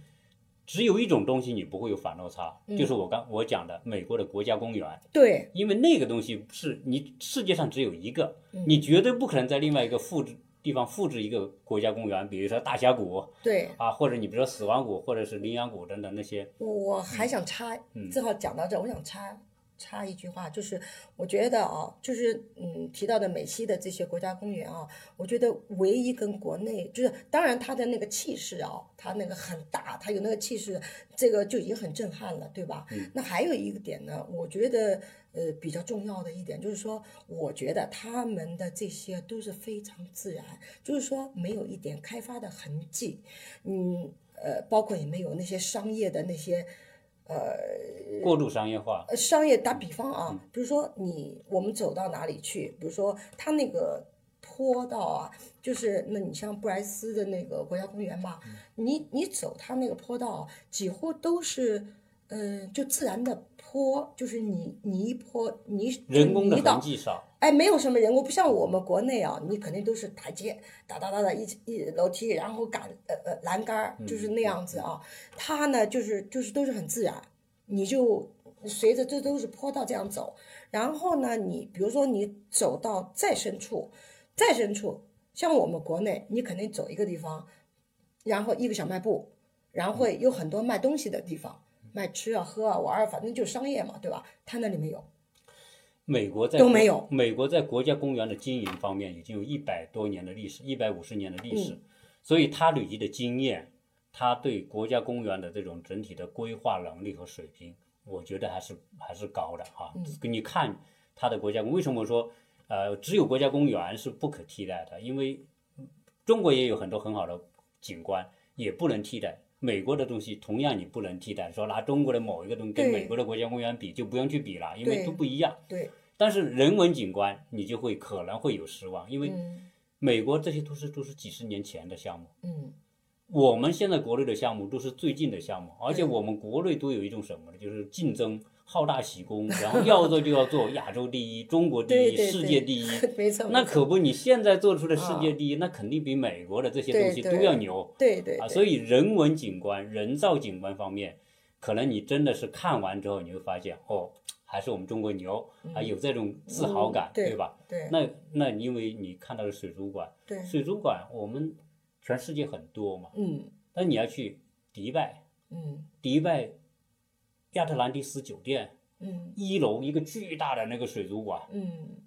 S1: 只有一种东西你不会有反落差，
S2: 嗯
S1: 就是我刚我讲的美国的国家公园，
S2: 对，
S1: 因为那个东西是你世界上只有一个，
S2: 嗯
S1: 你绝对不可能在另外一个复制地方复制一个国家公园，比如说大峡谷
S2: 对
S1: 啊，或者你比如说死亡谷或者是羚羊谷等等那些，
S2: 我还想插，正好讲到这，我想插插一句话，就是我觉得啊，就是嗯提到的美西的这些国家公园啊，我觉得唯一跟国内就是，当然它的那个气势啊，它那个很大，它有那个气势，这个就已经很震撼了，对吧？那还有一个点呢，我觉得呃比较重要的一点就是说，我觉得他们的这些都是非常自然，就是说没有一点开发的痕迹，嗯呃，包括也没有那些商业的那些。嗯
S1: 过度商业化，
S2: 呃，商业打比方啊，比如说你我们走到哪里去，比如说它那个坡道啊，就是那你像布莱斯的那个国家公园吧，
S1: 嗯
S2: 你你走它那个坡道啊，几乎都是，嗯，就自然的坡，就是泥泥坡泥
S1: 人工的
S2: 泥
S1: 痕
S2: 道，
S1: 迹少，
S2: 哎，没有什么人工，不像我们国内啊，你肯定都是台阶，哒哒哒哒一一楼梯，然后杆呃呃栏杆儿，就是
S1: 嗯
S2: 那样子啊。它呢，就是就是都是很自然，你就随着这都是坡道这样走。然后呢，你比如说你走到再深处，再深处，像我们国内，你肯定走一个地方，然后一个小卖部，然后
S1: 嗯
S2: 会有很多卖东西的地方，卖吃啊喝啊玩儿啊，反正就是商业嘛，对吧？它那里没有，
S1: 美国在
S2: 都
S1: 国
S2: 没有
S1: 美国在国家公园的经营方面已经有一百多年的历史，一百五十年的历史，
S2: 嗯
S1: 所以他累积的经验，他对国家公园的这种整体的规划能力和水平，我觉得还是还是高的哈、
S2: 嗯
S1: 你看他的国家公，为什么说呃只有国家公园是不可替代的？因为中国也有很多很好的景观，也不能替代。美国的东西同样你不能替代，说拿中国的某一个东西跟
S2: 对
S1: 美国的国家公园比，就不用去比了，因为
S2: 对
S1: 都不一样。
S2: 对，
S1: 但是人文景观你就会可能会有失望，因为
S2: 嗯
S1: 美国这些都是都是几十年前的项目，
S2: 嗯。
S1: 我们现在国内的项目都是最近的项目，而且
S2: 对
S1: 我们国内都有一种什么呢？就是竞争。好大喜功， 然后要做就要做亚洲第一、中国第
S2: 对
S1: 一、
S2: 对
S1: 世
S2: 对
S1: 界第一，
S2: 没错，
S1: 那
S2: 没错
S1: 可不，你现在做出的世界
S2: 啊
S1: 第一，那肯定比美国的这些
S2: 对
S1: 东西都
S2: 对
S1: 要牛。
S2: 对对
S1: 啊，
S2: 对
S1: 所以人文景观、人造景观方面，可能你真的是看完之后，你会发现哦，还是我们中国牛啊，有这种自豪感，
S2: 嗯嗯对
S1: 吧？
S2: 对
S1: 那那因为你看到的水族馆，
S2: 对，
S1: 水族馆我们全世界很多嘛，
S2: 嗯
S1: 那你要去迪拜，
S2: 嗯
S1: 迪拜亚特兰蒂斯酒店
S2: 嗯
S1: 一楼一个巨大的那个水族馆，
S2: 嗯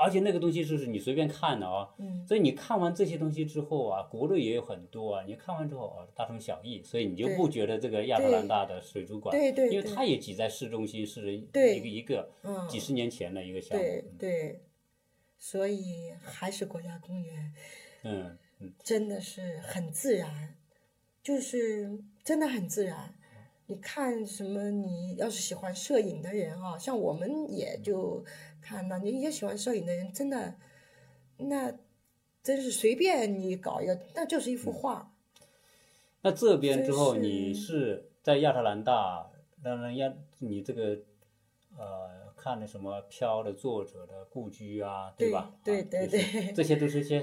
S1: 而且那个东西就是你随便看的啊，
S2: 嗯，
S1: 所以你看完这些东西之后啊，国内也有很多啊，你看完之后啊，大同小异，所以你就不觉得这个亚特兰大的水族馆，
S2: 对对对
S1: 因为它也挤在市中心，是一
S2: 对
S1: 个一个
S2: 嗯
S1: 几十年前的一个项
S2: 对
S1: 目，
S2: 对，所以还是国家公园
S1: 嗯，
S2: 真的是很自然，就是真的很自然。你看什么？你要是喜欢摄影的人啊，像我们也就看到，你也喜欢摄影的人，真的，那真是随便你搞一个，那就是一幅画。
S1: 那这边之后
S2: 真是
S1: 你是在亚特兰大，当然亚你这个呃看了什么《飘》的作者的故居啊，
S2: 对
S1: 吧？
S2: 对
S1: 啊
S2: 对
S1: 就是
S2: 对
S1: 这些都是一些。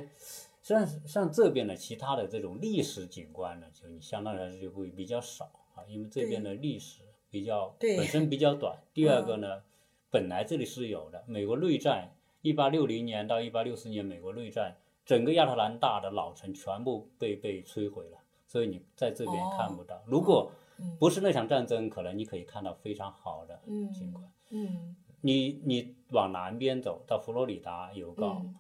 S1: 实际上，像这边的其他的这种历史景观呢，就你相当来说就会比较少啊，因为这边的历史比较
S2: 对嗯
S1: 本身比较短。第二个呢，本来这里是有的，美国内战，一八六零年到一八六四年，美国内战，整个亚特兰大的老城全部被被摧毁了，所以你在这
S2: 哦
S1: 边看不到。如果不是那场战争，可能你可以看到非常好的
S2: 嗯
S1: 景观。
S2: 嗯
S1: 你你往南边走到佛罗里达有个
S2: 嗯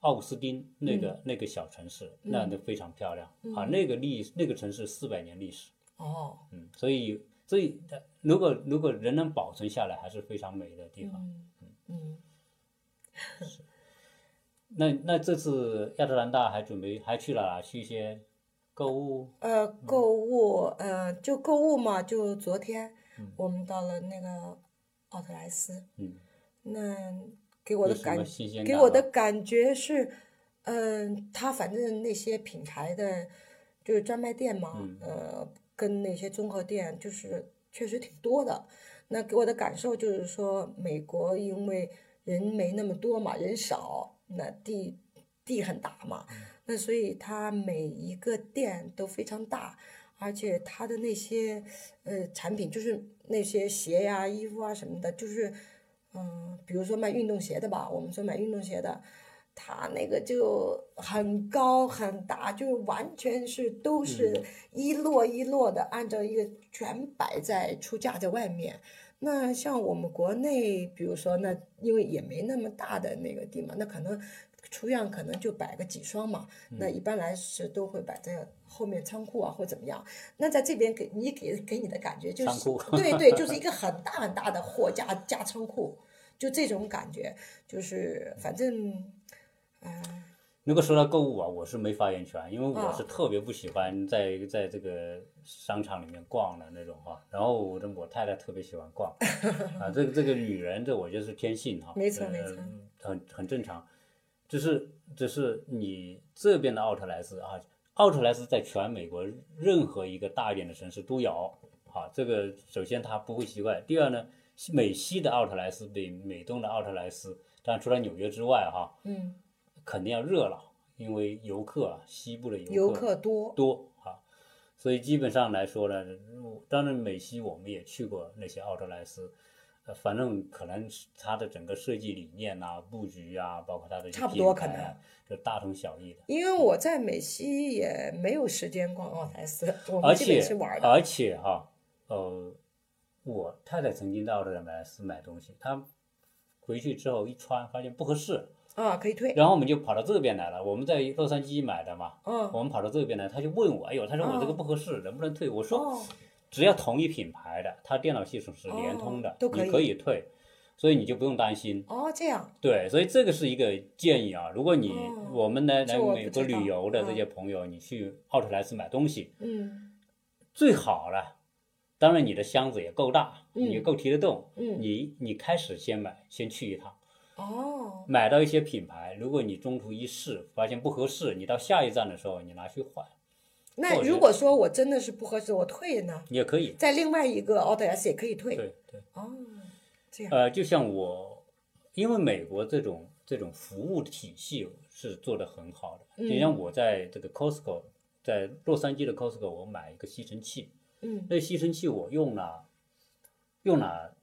S1: 奥斯汀那个、那个小城市，那
S2: 嗯
S1: 那非常漂亮、啊，那个历那个城市四百年历史，
S2: 哦。
S1: 嗯，所以所以呃如果如果人能保存下来，还是非常美的地方。
S2: 嗯嗯
S1: 那那这次亚特兰大还准备还去了哪？去一些购物，
S2: 呃，购物，呃，就购物嘛，就昨天我们到了那个奥特莱斯，
S1: 嗯，
S2: 那给我的
S1: 有什
S2: 感
S1: 么新鲜
S2: 给
S1: 感
S2: 我
S1: 吗
S2: 的感觉是，嗯、它反正那些品牌的就是专卖店嘛，呃，跟那些综合店就是确实挺多的。那给我的感受就是说，美国因为人没那么多嘛，人少，那地地很大嘛，那所以它每一个店都非常大，而且它的那些呃产品，就是那些鞋呀、衣服啊什么的，就是嗯、比如说卖运动鞋的吧，我们说买运动鞋的，它那个就很高很大，就完全是
S1: 嗯
S2: 都是一摞一摞的，按照一个全摆在出架在外面。那像我们国内，比如说那因为也没那么大的那个地嘛，那可能出样可能就摆个几双嘛，
S1: 嗯
S2: 那一般来是都会摆在后面仓库啊或怎么样。那在这边给你给给你的感觉就
S1: 仓
S2: 是
S1: 库，
S2: 对对，就是一个很大很大的货架架仓库，就这种感觉，就是反正。
S1: 如果说到购物啊，我是没发言权，因为我
S2: 啊
S1: 是特别不喜欢在在这个商场里面逛的那种哈、然后我的我太太特别喜欢逛，啊，这个这个女人这我觉得是天性哈、
S2: 没错
S1: 呃
S2: 没错
S1: 很很正常。只是只是你这边的奥特莱斯啊，奥特莱斯在全美国任何一个大一点的城市都有啊。这个首先它不会奇怪，第二呢，美西的奥特莱斯比美东的奥特莱斯，当然除了纽约之外哈、
S2: 嗯，
S1: 肯定要热闹，因为游客啊，西部的
S2: 游
S1: 客
S2: 客多，
S1: 多啊，所以基本上来说呢，嗯当然美西我们也去过那些奥特莱斯，呃，反正可能是它的整个设计理念呐、布局啊，包括它的一些
S2: 差不多
S1: 品牌啊就大同小异的。
S2: 因为我在美西也没有时间逛奥莱斯，我
S1: 而
S2: 们基
S1: 且
S2: 本是玩的。
S1: 而且哈、呃，我太太曾经到奥特莱斯买东西，她回去之后一穿发现不合适，
S2: 啊，可以退。
S1: 然后我们就跑到这边来了。我们在洛杉矶买的嘛，
S2: 嗯，
S1: 我们跑到这边来，他就问我，哎呦，他说我这个不合适，能不能退？我说
S2: 哦，
S1: 只要同一品牌的，它电脑系统是联通的
S2: 哦，都可以
S1: 你可以退，所以你就不用担心。
S2: 哦，这样，
S1: 对，所以这个是一个建议啊。如果你、
S2: 哦
S1: 我们来来
S2: 这我不
S1: 美
S2: 知
S1: 国
S2: 道
S1: 旅游的
S2: 嗯
S1: 这些朋友，你去奥特莱斯买东西，
S2: 嗯
S1: 最好了，当然你的箱子也够大，
S2: 嗯
S1: 你够提得动，
S2: 嗯，
S1: 你你开始先买，先去一趟。
S2: 哦，
S1: 买到一些品牌，如果你中途一试发现不合适，你到下一站的时候你拿去换，
S2: 那
S1: 或者
S2: 如果说我真的是不合适，我退呢，
S1: 也可以。
S2: 在另外一个奥特莱斯也可以退。
S1: 对。对
S2: 哦，这样，
S1: 呃，就像我，因为美国这种这种服务体系是做得很好
S2: 嗯
S1: 的，就像我在这个 Costco，在洛杉矶的 Costco，我买一个吸尘器，
S2: 嗯
S1: 那吸尘器我用了用了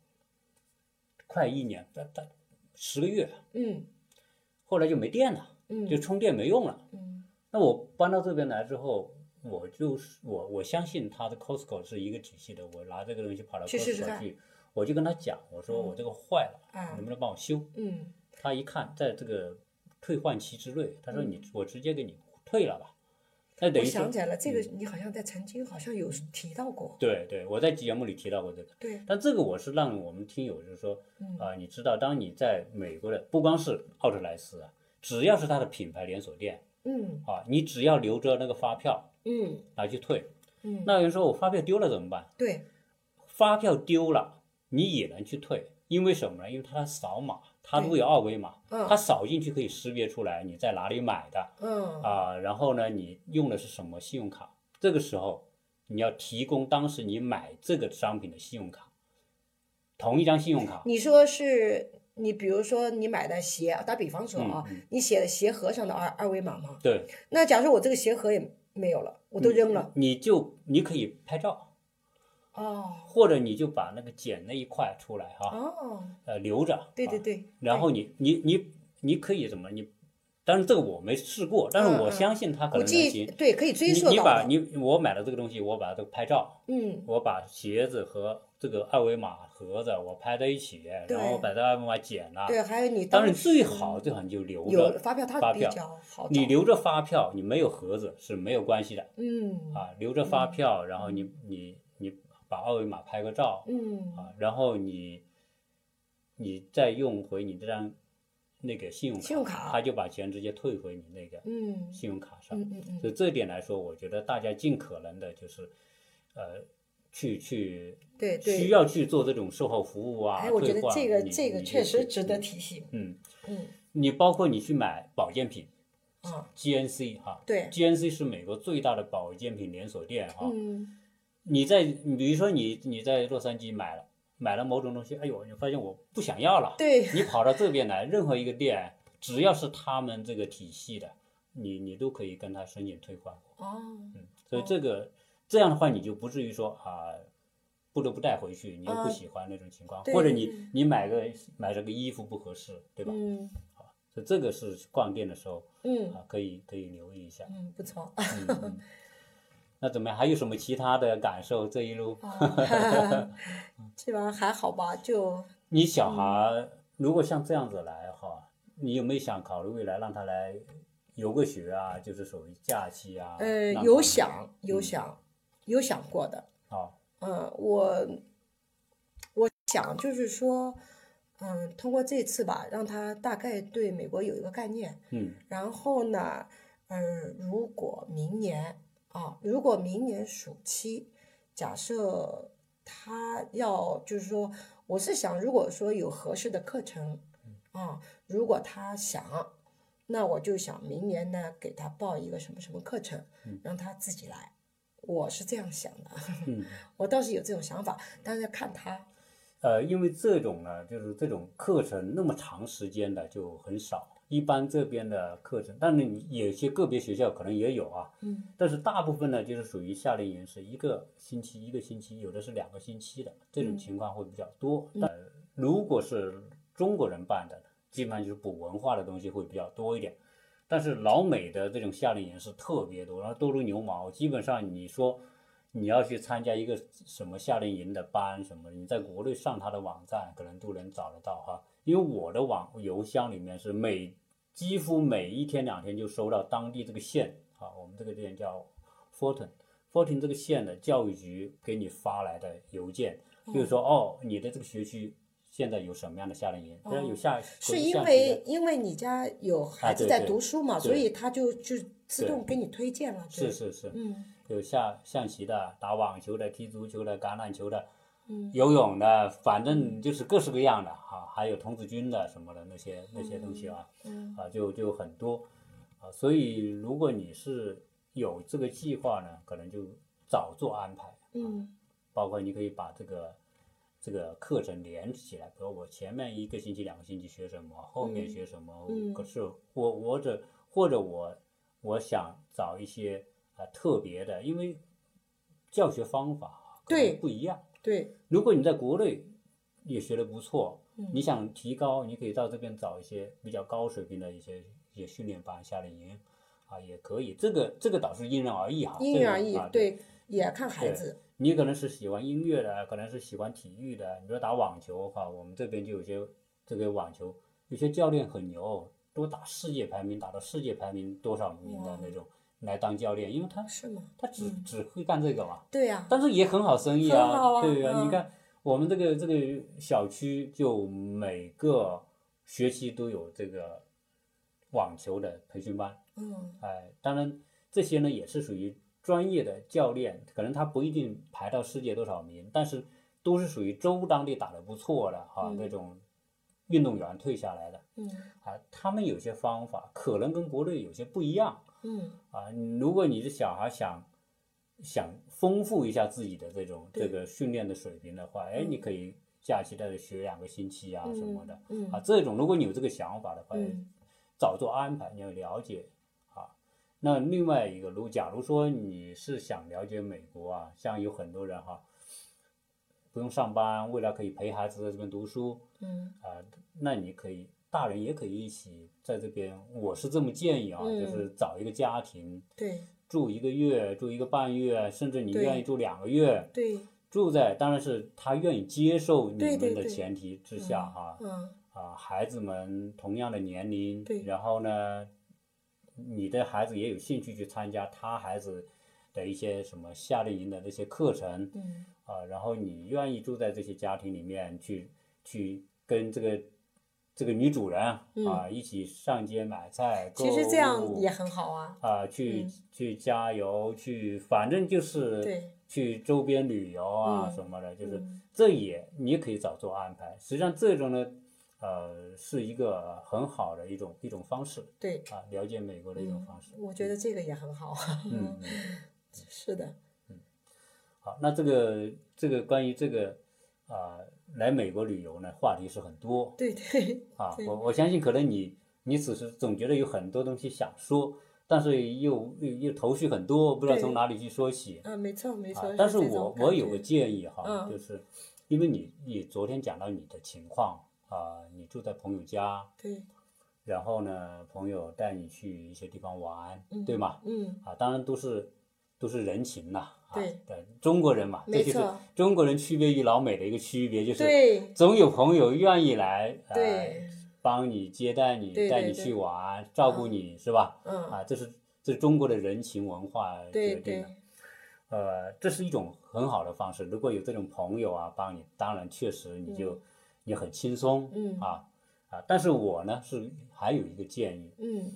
S1: 快一年，大大十个月，
S2: 嗯
S1: 后来就没电了，
S2: 嗯
S1: 就充电没用了。
S2: 嗯
S1: 那我搬到这边来之后。我就是我，我相信它的 Costco 是一个体系的。我拿这个东西跑到
S2: 去
S1: Costco
S2: 试
S1: 去，
S2: 试看嗯
S1: 我就跟他讲，我说我这个坏了，
S2: 啊
S1: 能不能帮我修？
S2: 嗯，
S1: 他一看在这个退换期之内，他说你我直接给你退了吧，那等
S2: 嗯我
S1: 于嗯说
S2: 想起来了，这个你好像在曾经好像有提到过。
S1: 对对，我在节目里提到过这个，
S2: 对，
S1: 但这个我是让我们听友就是说
S2: 嗯
S1: 啊、你知道，当你在美国的不光是奥特莱斯啊，只要是它的品牌连锁店
S2: 嗯
S1: 啊，你只要留着那个发票
S2: 嗯
S1: 拿去退，
S2: 嗯，
S1: 那有人说我发票丢了怎么办？
S2: 对，
S1: 发票丢了你也能去退，因为什么呢？因为它扫码，它
S2: 对
S1: 都有二维码，
S2: 嗯
S1: 它扫进去可以识别出来你在哪里买的。
S2: 嗯
S1: 啊，然后呢，你用的是什么信用卡？这个时候你要提供当时你买这个商品的信用卡，同一张信用卡。
S2: 你说是你，比如说你买的鞋，打比方说
S1: 嗯
S2: 啊，你写的鞋盒上的二二维码吗？
S1: 对，
S2: 那假如说我这个鞋盒也没有了，我
S1: 嗯
S2: 都扔了。
S1: 你就你可以拍照，嗯
S2: 哦
S1: 或者你就把那个剪那一块出来哈、
S2: 哦，
S1: 呃，留着。
S2: 对对
S1: 啊。
S2: 对。
S1: 然后你你你你可以什么？你，当然这个我没试过，但是
S2: 嗯
S1: 我
S2: 嗯
S1: 相信它可
S2: 估
S1: 能能
S2: 计
S1: 行。
S2: 对可以追
S1: 你
S2: 溯
S1: 你
S2: 到
S1: 把
S2: 的
S1: 你我买了这个东西，我把它都拍照，
S2: 嗯
S1: 我把鞋子和这个二维码盒子我拍在一起，
S2: 对
S1: 然后把这二维码剪了。
S2: 对，还有你
S1: 当然
S2: 时嗯
S1: 最好最好你就留
S2: 有
S1: 着，
S2: 发票，它
S1: 发
S2: 比
S1: 票
S2: 较好
S1: 你
S2: 找
S1: 留着发票，你没有盒子是没有关系的
S2: 嗯
S1: 啊，留着发票，然后你你你把二维码拍个照
S2: 嗯
S1: 啊，然后你你再用回你这张那个信用卡，
S2: 信用卡
S1: 他就把钱直接退回你那个
S2: 嗯
S1: 信用卡上。
S2: 嗯嗯嗯，
S1: 所以这一点来说，我觉得大家尽可能的就是，呃，去去
S2: 对
S1: 需
S2: 对。
S1: 要去做这种售后服务啊，
S2: 哎，我觉得
S1: 退换
S2: 这个
S1: 你
S2: 这个
S1: 你就
S2: 确实
S1: 去
S2: 值得提醒。
S1: 嗯，
S2: 嗯
S1: 你包括你去买保健品
S2: 啊，
S1: ，GNC 哈、
S2: 对，
S1: g n c 是美国最大的保健品连锁店哈、
S2: 嗯
S1: 你在比如说你你在洛杉矶买了买了某种东西，哎呦，你发现我不想要了，
S2: 对，
S1: 你跑到这边来，任何一个店只要是他们这个体系的，你你都可以跟他申请退换。
S2: 哦，
S1: 所以这个这样的话，你就不至于说啊，不得不带回去，你又不
S2: 嗯
S1: 喜欢那种情况，
S2: 对
S1: 或者你你买个买这个衣服不合适，对吧？
S2: 嗯
S1: 所以这个是逛店的时候
S2: 嗯
S1: 啊，可以可以留意一下。
S2: 嗯，不错。
S1: 嗯嗯那怎么样？还有什么其他的感受？这一 路
S2: 哦基本上还好吧，就
S1: 你小孩如果像这样子来哈，你有没有想考虑未来让他来游个学啊？就是属于假期啊？
S2: 呃
S1: 让
S2: 有
S1: 他啊
S2: 想有
S1: 嗯
S2: 想有想过的，
S1: 好，
S2: 嗯，我我想就是说，嗯，通过这次吧，让他大概对美国有一个概念，
S1: 嗯
S2: 然后呢，嗯，如果明年啊，如果明年暑期，假设他要就是说，我是想，如果说有合适的课程
S1: 嗯
S2: 啊，如果他想，那我就想明年呢给他报一个什么什么课程
S1: 嗯，
S2: 让他自己来。我是这样想的，
S1: 嗯。
S2: 我倒是有这种想法，但是看他，
S1: 呃，因为这种呢，就是这种课程那么长时间的就很少。一般这边的课程，当然你有些个别学校可能也有啊，
S2: 嗯
S1: 但是大部分呢就是属于夏令营，是一个星期一个星期，有的是两个星期的这种
S2: 嗯
S1: 情况会比较多。但如果是中国人办的，基本上就是补文化的东西会比较多一点。但是老美的这种夏令营是特别多，然后多如牛毛，基本上你说你要去参加一个什么夏令营的班什么，你在国内上他的网站可能都能找得到哈。因为我的网邮箱里面是每几乎每一天两天就收到当地这个县啊，我们这个店叫 Fortin Fortin 这个县的教育局给你发来的邮件，就是说哦，你的这个学区现在有什么样的夏令营？
S2: 哦
S1: 虽然有夏，
S2: 是
S1: 有
S2: 因
S1: 夏期
S2: 为
S1: 的
S2: 因为你家有孩
S1: 啊
S2: 子
S1: 对
S2: 在
S1: 对
S2: 读书嘛，所
S1: 对
S2: 以他就就自
S1: 对
S2: 动给你推荐了，对
S1: 是是是，
S2: 嗯
S1: 有下象棋的、打网球的、踢足球的、橄榄球的、
S2: 嗯
S1: 游泳的，反正就是各式各样的哈、还有童子军的什么的那些那些东西啊。
S2: 嗯
S1: 啊，就就很多啊，所以如果你是有这个计划呢，可能就早做安排，
S2: 嗯
S1: 包括你可以把这个这个课程连起来，比如我前面一个星期、两个星期学什么，后面
S2: 嗯
S1: 学什么，
S2: 嗯
S1: 可是我或者或者我我想找一些啊特别的，因为教学方法可能
S2: 对
S1: 不一样。
S2: 对，
S1: 如果你在国内也学得不错，
S2: 嗯
S1: 你想提高，你可以到这边找一些比较高水平的一些一些训练班、夏令营啊，也可以。这个这个倒是因人而异哈，
S2: 因
S1: 这
S2: 人
S1: 个
S2: 而异
S1: 啊，，
S2: 对，也看孩
S1: 对
S2: 子，
S1: 你可能是喜欢音乐的，可能是喜欢体育的。你说打网球的话，我们这边就有些这个网球，有些教练很牛，都打世界排名，打到世界排名多少名的
S2: 哇
S1: 那种来当教练，因为他
S2: 是吗？
S1: 他只
S2: 嗯
S1: 只会干这个嘛。
S2: 对啊呀，
S1: 但是也很好生意啊，
S2: 很好啊
S1: 对啊，
S2: 嗯
S1: 你看我们这个这个小区就每个学期都有这个网球的培训班，
S2: 嗯
S1: 哎，当然这些呢也是属于专业的教练，可能他不一定排到世界多少名，但是都是属于州当地打得不错的哈、
S2: 嗯
S1: 那种运动员退下来的
S2: 嗯
S1: 啊，他们有些方法可能跟国内有些不一样，
S2: 嗯，
S1: 啊，如果你的小孩想想丰富一下自己的这种这
S2: 对
S1: 个训练的水平的话，哎，你
S2: 嗯
S1: 可以假期带着学两个星期啊什么的
S2: 嗯
S1: 啊，这种如果你有这个想法的话，哎
S2: 嗯
S1: 早做安排，你要了解啊。那另外一个，如假如说你是想了解美国啊，像有很多人哈、不用上班，未来可以陪孩子在这边读书，
S2: 嗯
S1: 啊、那你可以，大人也可以一起在这边。我是这么建议啊，
S2: 嗯
S1: 就是找一个家庭
S2: 对
S1: 住一个月、住一个半月，甚至你
S2: 对
S1: 愿意住两个月，
S2: 对
S1: 住在当然是他愿意接受你
S2: 对对
S1: 们的
S2: 对
S1: 前提之下哈、
S2: 嗯
S1: 啊，孩子们同样的年龄
S2: 对，
S1: 然后呢，你的孩子也有兴趣去参加他孩子的一些什么夏令营的那些课程，
S2: 嗯
S1: 啊，然后你愿意住在这些家庭里面去去跟这个这个女主人啊、
S2: 嗯
S1: 一起上街买菜，购
S2: 其实这样
S1: 物
S2: 也很好啊，
S1: 啊，去、
S2: 嗯
S1: 去加油，去反正就是
S2: 对
S1: 去周边旅游啊
S2: 嗯
S1: 什么的，就是
S2: 嗯
S1: 这也你也可以早做安排。实际上这种呢，呃，是一个很好的一种一种方式
S2: 对，
S1: 啊，了解美
S2: 嗯
S1: 国的一种方式。
S2: 啊 我觉得这个也很好，
S1: 嗯，嗯
S2: 是的，
S1: 嗯好，那这个这个关于这个啊、来美国旅游呢，话题是很多
S2: 对对，
S1: 啊。
S2: 对
S1: 我我相信可能你你只是总觉得有很多东西想说，但是又又又头绪很多，不知道
S2: 对
S1: 从哪里去说起
S2: 啊，没错没
S1: 啊
S2: 错。。
S1: 但是
S2: 这
S1: 我
S2: 种感
S1: 我有
S2: 觉
S1: 个建议哈，
S2: 嗯
S1: 就是因为你你昨天讲到你的情况啊、你住在朋友家，
S2: 对，
S1: 然后呢，朋友带你去一些地方玩，
S2: 嗯
S1: 对吗？
S2: 嗯，
S1: 啊，当然都是都是人情呐、啊，
S2: 对
S1: 中国人嘛，这
S2: 没
S1: 就是
S2: 错
S1: 中国人区别于老美的一个区别，就是
S2: 对
S1: 总有朋友愿意来，呃、
S2: 对，
S1: 帮你接待你，
S2: 对对
S1: 带你去玩，照顾你、是吧？
S2: 嗯，
S1: 啊，这是这是中国的人情文化
S2: 对
S1: 决定
S2: 对
S1: 的，呃，这是一种很好的方式。如果有这种朋友啊帮你，当然确实你就、你很轻松，
S2: 嗯
S1: 啊啊，但是我呢是还有一个建议，
S2: 嗯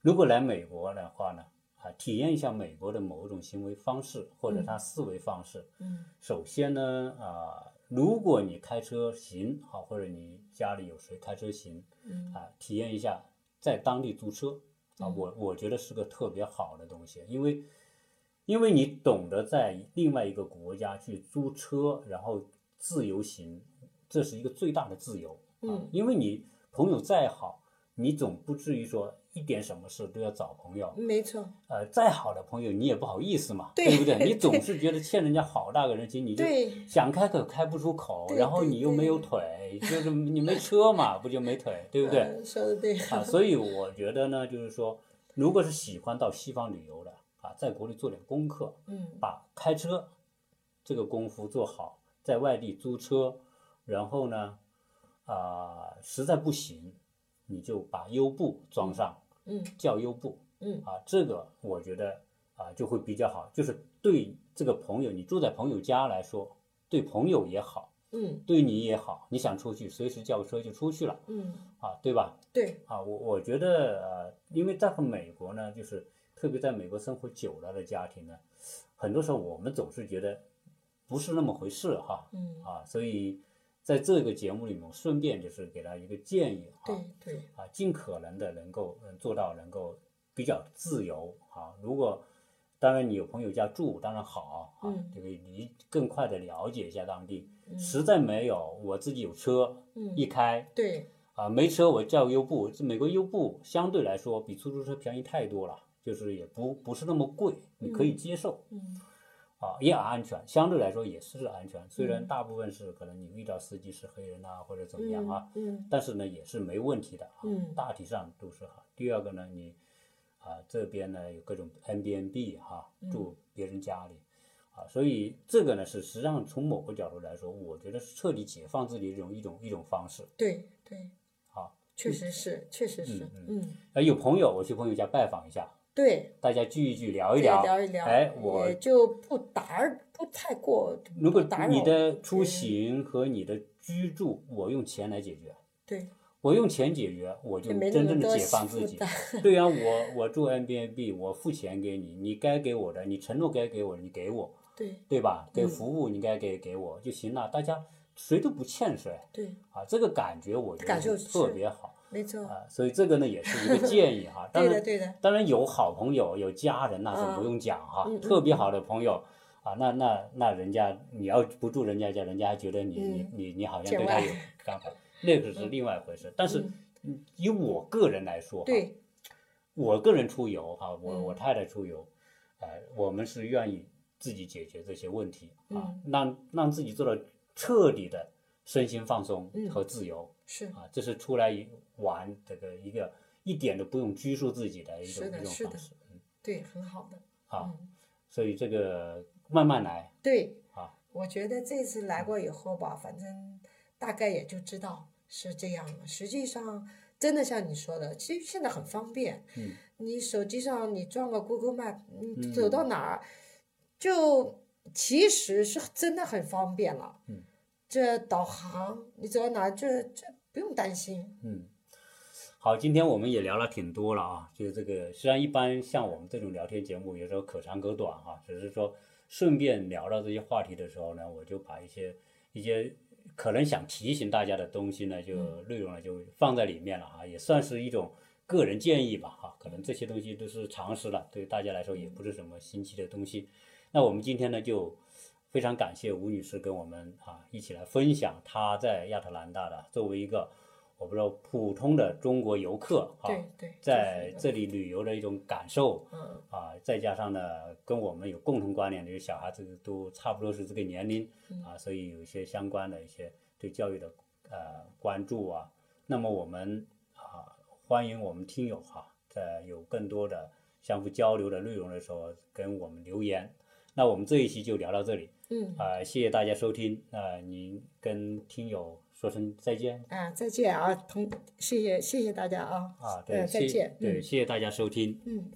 S1: 如果来美国的话呢，啊，体验一下美国的某种行为方式或者他思维方式。
S2: 嗯
S1: 首先呢，啊、如果你开车行，好，或者你家里有谁开车行，
S2: 嗯
S1: 啊，体验一下在当地租车啊，
S2: 嗯
S1: 我我觉得是个特别好的东西，因为因为你懂得在另外一个国家去租车，然后自由行，这是一个最大的自由啊，
S2: 嗯
S1: 因为你朋友再好，你总不至于说一点什么事都要找朋友，
S2: 没错，
S1: 呃，再好的朋友你也不好意思嘛，
S2: 嗯对
S1: 不 对？你
S2: 对
S1: 总是觉得欠人家好大个人情，你就
S2: 对
S1: 想开口开不出口，
S2: 对
S1: 然后
S2: 对
S1: 你又没有腿，就是你没车嘛，不就没腿，对不对？
S2: 嗯说的对，
S1: 啊，所以我觉得呢，就是说，如果是喜欢到西方旅游的啊，在国内做点功课，
S2: 嗯
S1: 把开车这个功夫做好，在外地租车，然后呢，啊、实在不行，你就把优步装上，
S2: 嗯
S1: 叫优步
S2: 嗯
S1: 啊，这个我觉得啊就会比较好，就是对这个朋友，你住在朋友家来说，对朋友也好，
S2: 嗯
S1: 对你也好，你想出去随时叫个车就出去了
S2: 嗯，
S1: 啊，对吧？
S2: 对，
S1: 啊，我我觉得呃，因为在美国呢，就是特别在美国生活久了的家庭呢，很多时候我们总是觉得不是那么回事哈
S2: 嗯
S1: 啊，所以在这个节目里面，我顺便就是给他一个建议哈
S2: 对对，
S1: 啊，尽可能的能够嗯做到能够比较自由啊。如果当然你有朋友家住，当然好啊
S2: 嗯，
S1: 这个你更快的了解一下当地。
S2: 嗯
S1: 实在没有，我自己有车
S2: 嗯
S1: 一开。
S2: 对
S1: 啊，没车我叫优步，这美国优步相对来说比出租车便宜太多了，就是也不不是那么贵，你可以接受、
S2: 嗯
S1: 啊，也安全，相对来说也是安全。虽然
S2: 嗯
S1: 大部分是可能你遇到司机是黑人啊或者怎么样啊，
S2: 嗯
S1: 但是呢也是没问题的啊，
S2: 嗯
S1: 大体上都是好。第二个呢，你啊这边呢有各种 n b n b 哈、
S2: 嗯
S1: 住别人家里。啊，所以这个呢是实际上从某个角度来说，我觉得是彻底解放自己的一种一种一种方式。
S2: 对对，
S1: 好，
S2: 确实是确实是，
S1: 嗯
S2: 嗯
S1: 呃，有朋友，我去朋友家拜访一下，
S2: 对，
S1: 大家聚一聚，聊
S2: 对
S1: 一聊。
S2: 聊一聊，
S1: 哎，我
S2: 也就不打扰，不太过
S1: 如果
S2: 不打
S1: 你
S2: 扰
S1: 的出
S2: 嗯
S1: 行和你的居住，我用钱来解决，
S2: 对，
S1: 我用钱解决，我就
S2: 就没那
S1: 嗯真
S2: 么
S1: 正的
S2: 多
S1: 解放
S2: 负
S1: 自己。
S2: 担，
S1: 对呀、我我住 n b n b 我付钱给你，你该给我的，你承诺该给我的，你给我，
S2: 对
S1: 对吧？给
S2: 嗯
S1: 服务你该给给我就行了，大家谁都不欠谁
S2: 对，
S1: 啊，这个感觉我觉
S2: 感
S1: 得
S2: 受
S1: 是特
S2: 是
S1: 别好
S2: 没错，
S1: 啊，所以这个呢也是一个建议哈。当
S2: 对
S1: 然
S2: 的，对的，
S1: 当然有好朋友，有家人那是
S2: 嗯
S1: 不用讲哈，
S2: 嗯嗯
S1: 特别好的朋友啊，那那那人家你要不住人家家，人家还觉得你、
S2: 嗯
S1: 你你你好像
S2: 见
S1: 对他
S2: 外嗯
S1: 有 看法，那个是另外一回事。但是以我个人来说，哈，
S2: 对，
S1: 我个人出游哈，我
S2: 嗯
S1: 我太太出游，呃，我们是愿意自己解决这些问题啊
S2: 嗯，
S1: 让让自己做到彻底的身心放松
S2: 嗯
S1: 和自由。
S2: 是
S1: 啊，这是出来玩这个一个一点都不用拘束自己的一种
S2: 是的
S1: 一种
S2: 是
S1: 方
S2: 的
S1: 式，嗯，
S2: 对，很好的，
S1: 啊，
S2: 嗯，
S1: 所以这个慢慢来
S2: 对，
S1: 啊，
S2: 我觉得这次来过以后吧，反正大概也就知道是这样了。实际上，真的像你说的，其实现在很方便。
S1: 嗯，
S2: 你手机上你装个 Google Map，你
S1: 嗯
S2: 走到哪儿，就其实是真的很方便了。
S1: 嗯，
S2: 这导航你走到哪儿，这这不用担心。
S1: 嗯，好，今天我们也聊了挺多了啊，就是这个，实际上一般像我们这种聊天节目，有时候可长可短哈、只是说顺便聊到这些话题的时候呢，我就把一些一些可能想提醒大家的东西呢，就内容呢就放在里面了哈、啊也算是一种个人建议吧哈、可能这些东西都是常识了，对大家来说也不是什么新奇的东西。那我们今天呢就非常感谢吴女士跟我们啊一起来分享她在亚特兰大的作为一个我不知道普通的中国游客啊，
S2: 对对，
S1: 在
S2: 就是
S1: 这里旅游的一种感受
S2: 嗯
S1: 啊，再加上呢跟我们有共同关联的，就是小孩子都差不多是这个年龄
S2: 嗯
S1: 啊，所以有一些相关的一些对教育的呃关注啊。那么我们啊欢迎我们听友哈、在有更多的相互交流的内容的时候跟我们留言。那我们这一期就聊到这里。
S2: 嗯
S1: 啊、谢谢大家收听。啊，您跟听友说声再见
S2: 啊，再见啊，同谢谢谢谢大家啊
S1: 啊，
S2: 呃
S1: 对，
S2: 再
S1: 谢
S2: 见，
S1: 对，
S2: 嗯
S1: 谢谢大家收听。
S2: 嗯。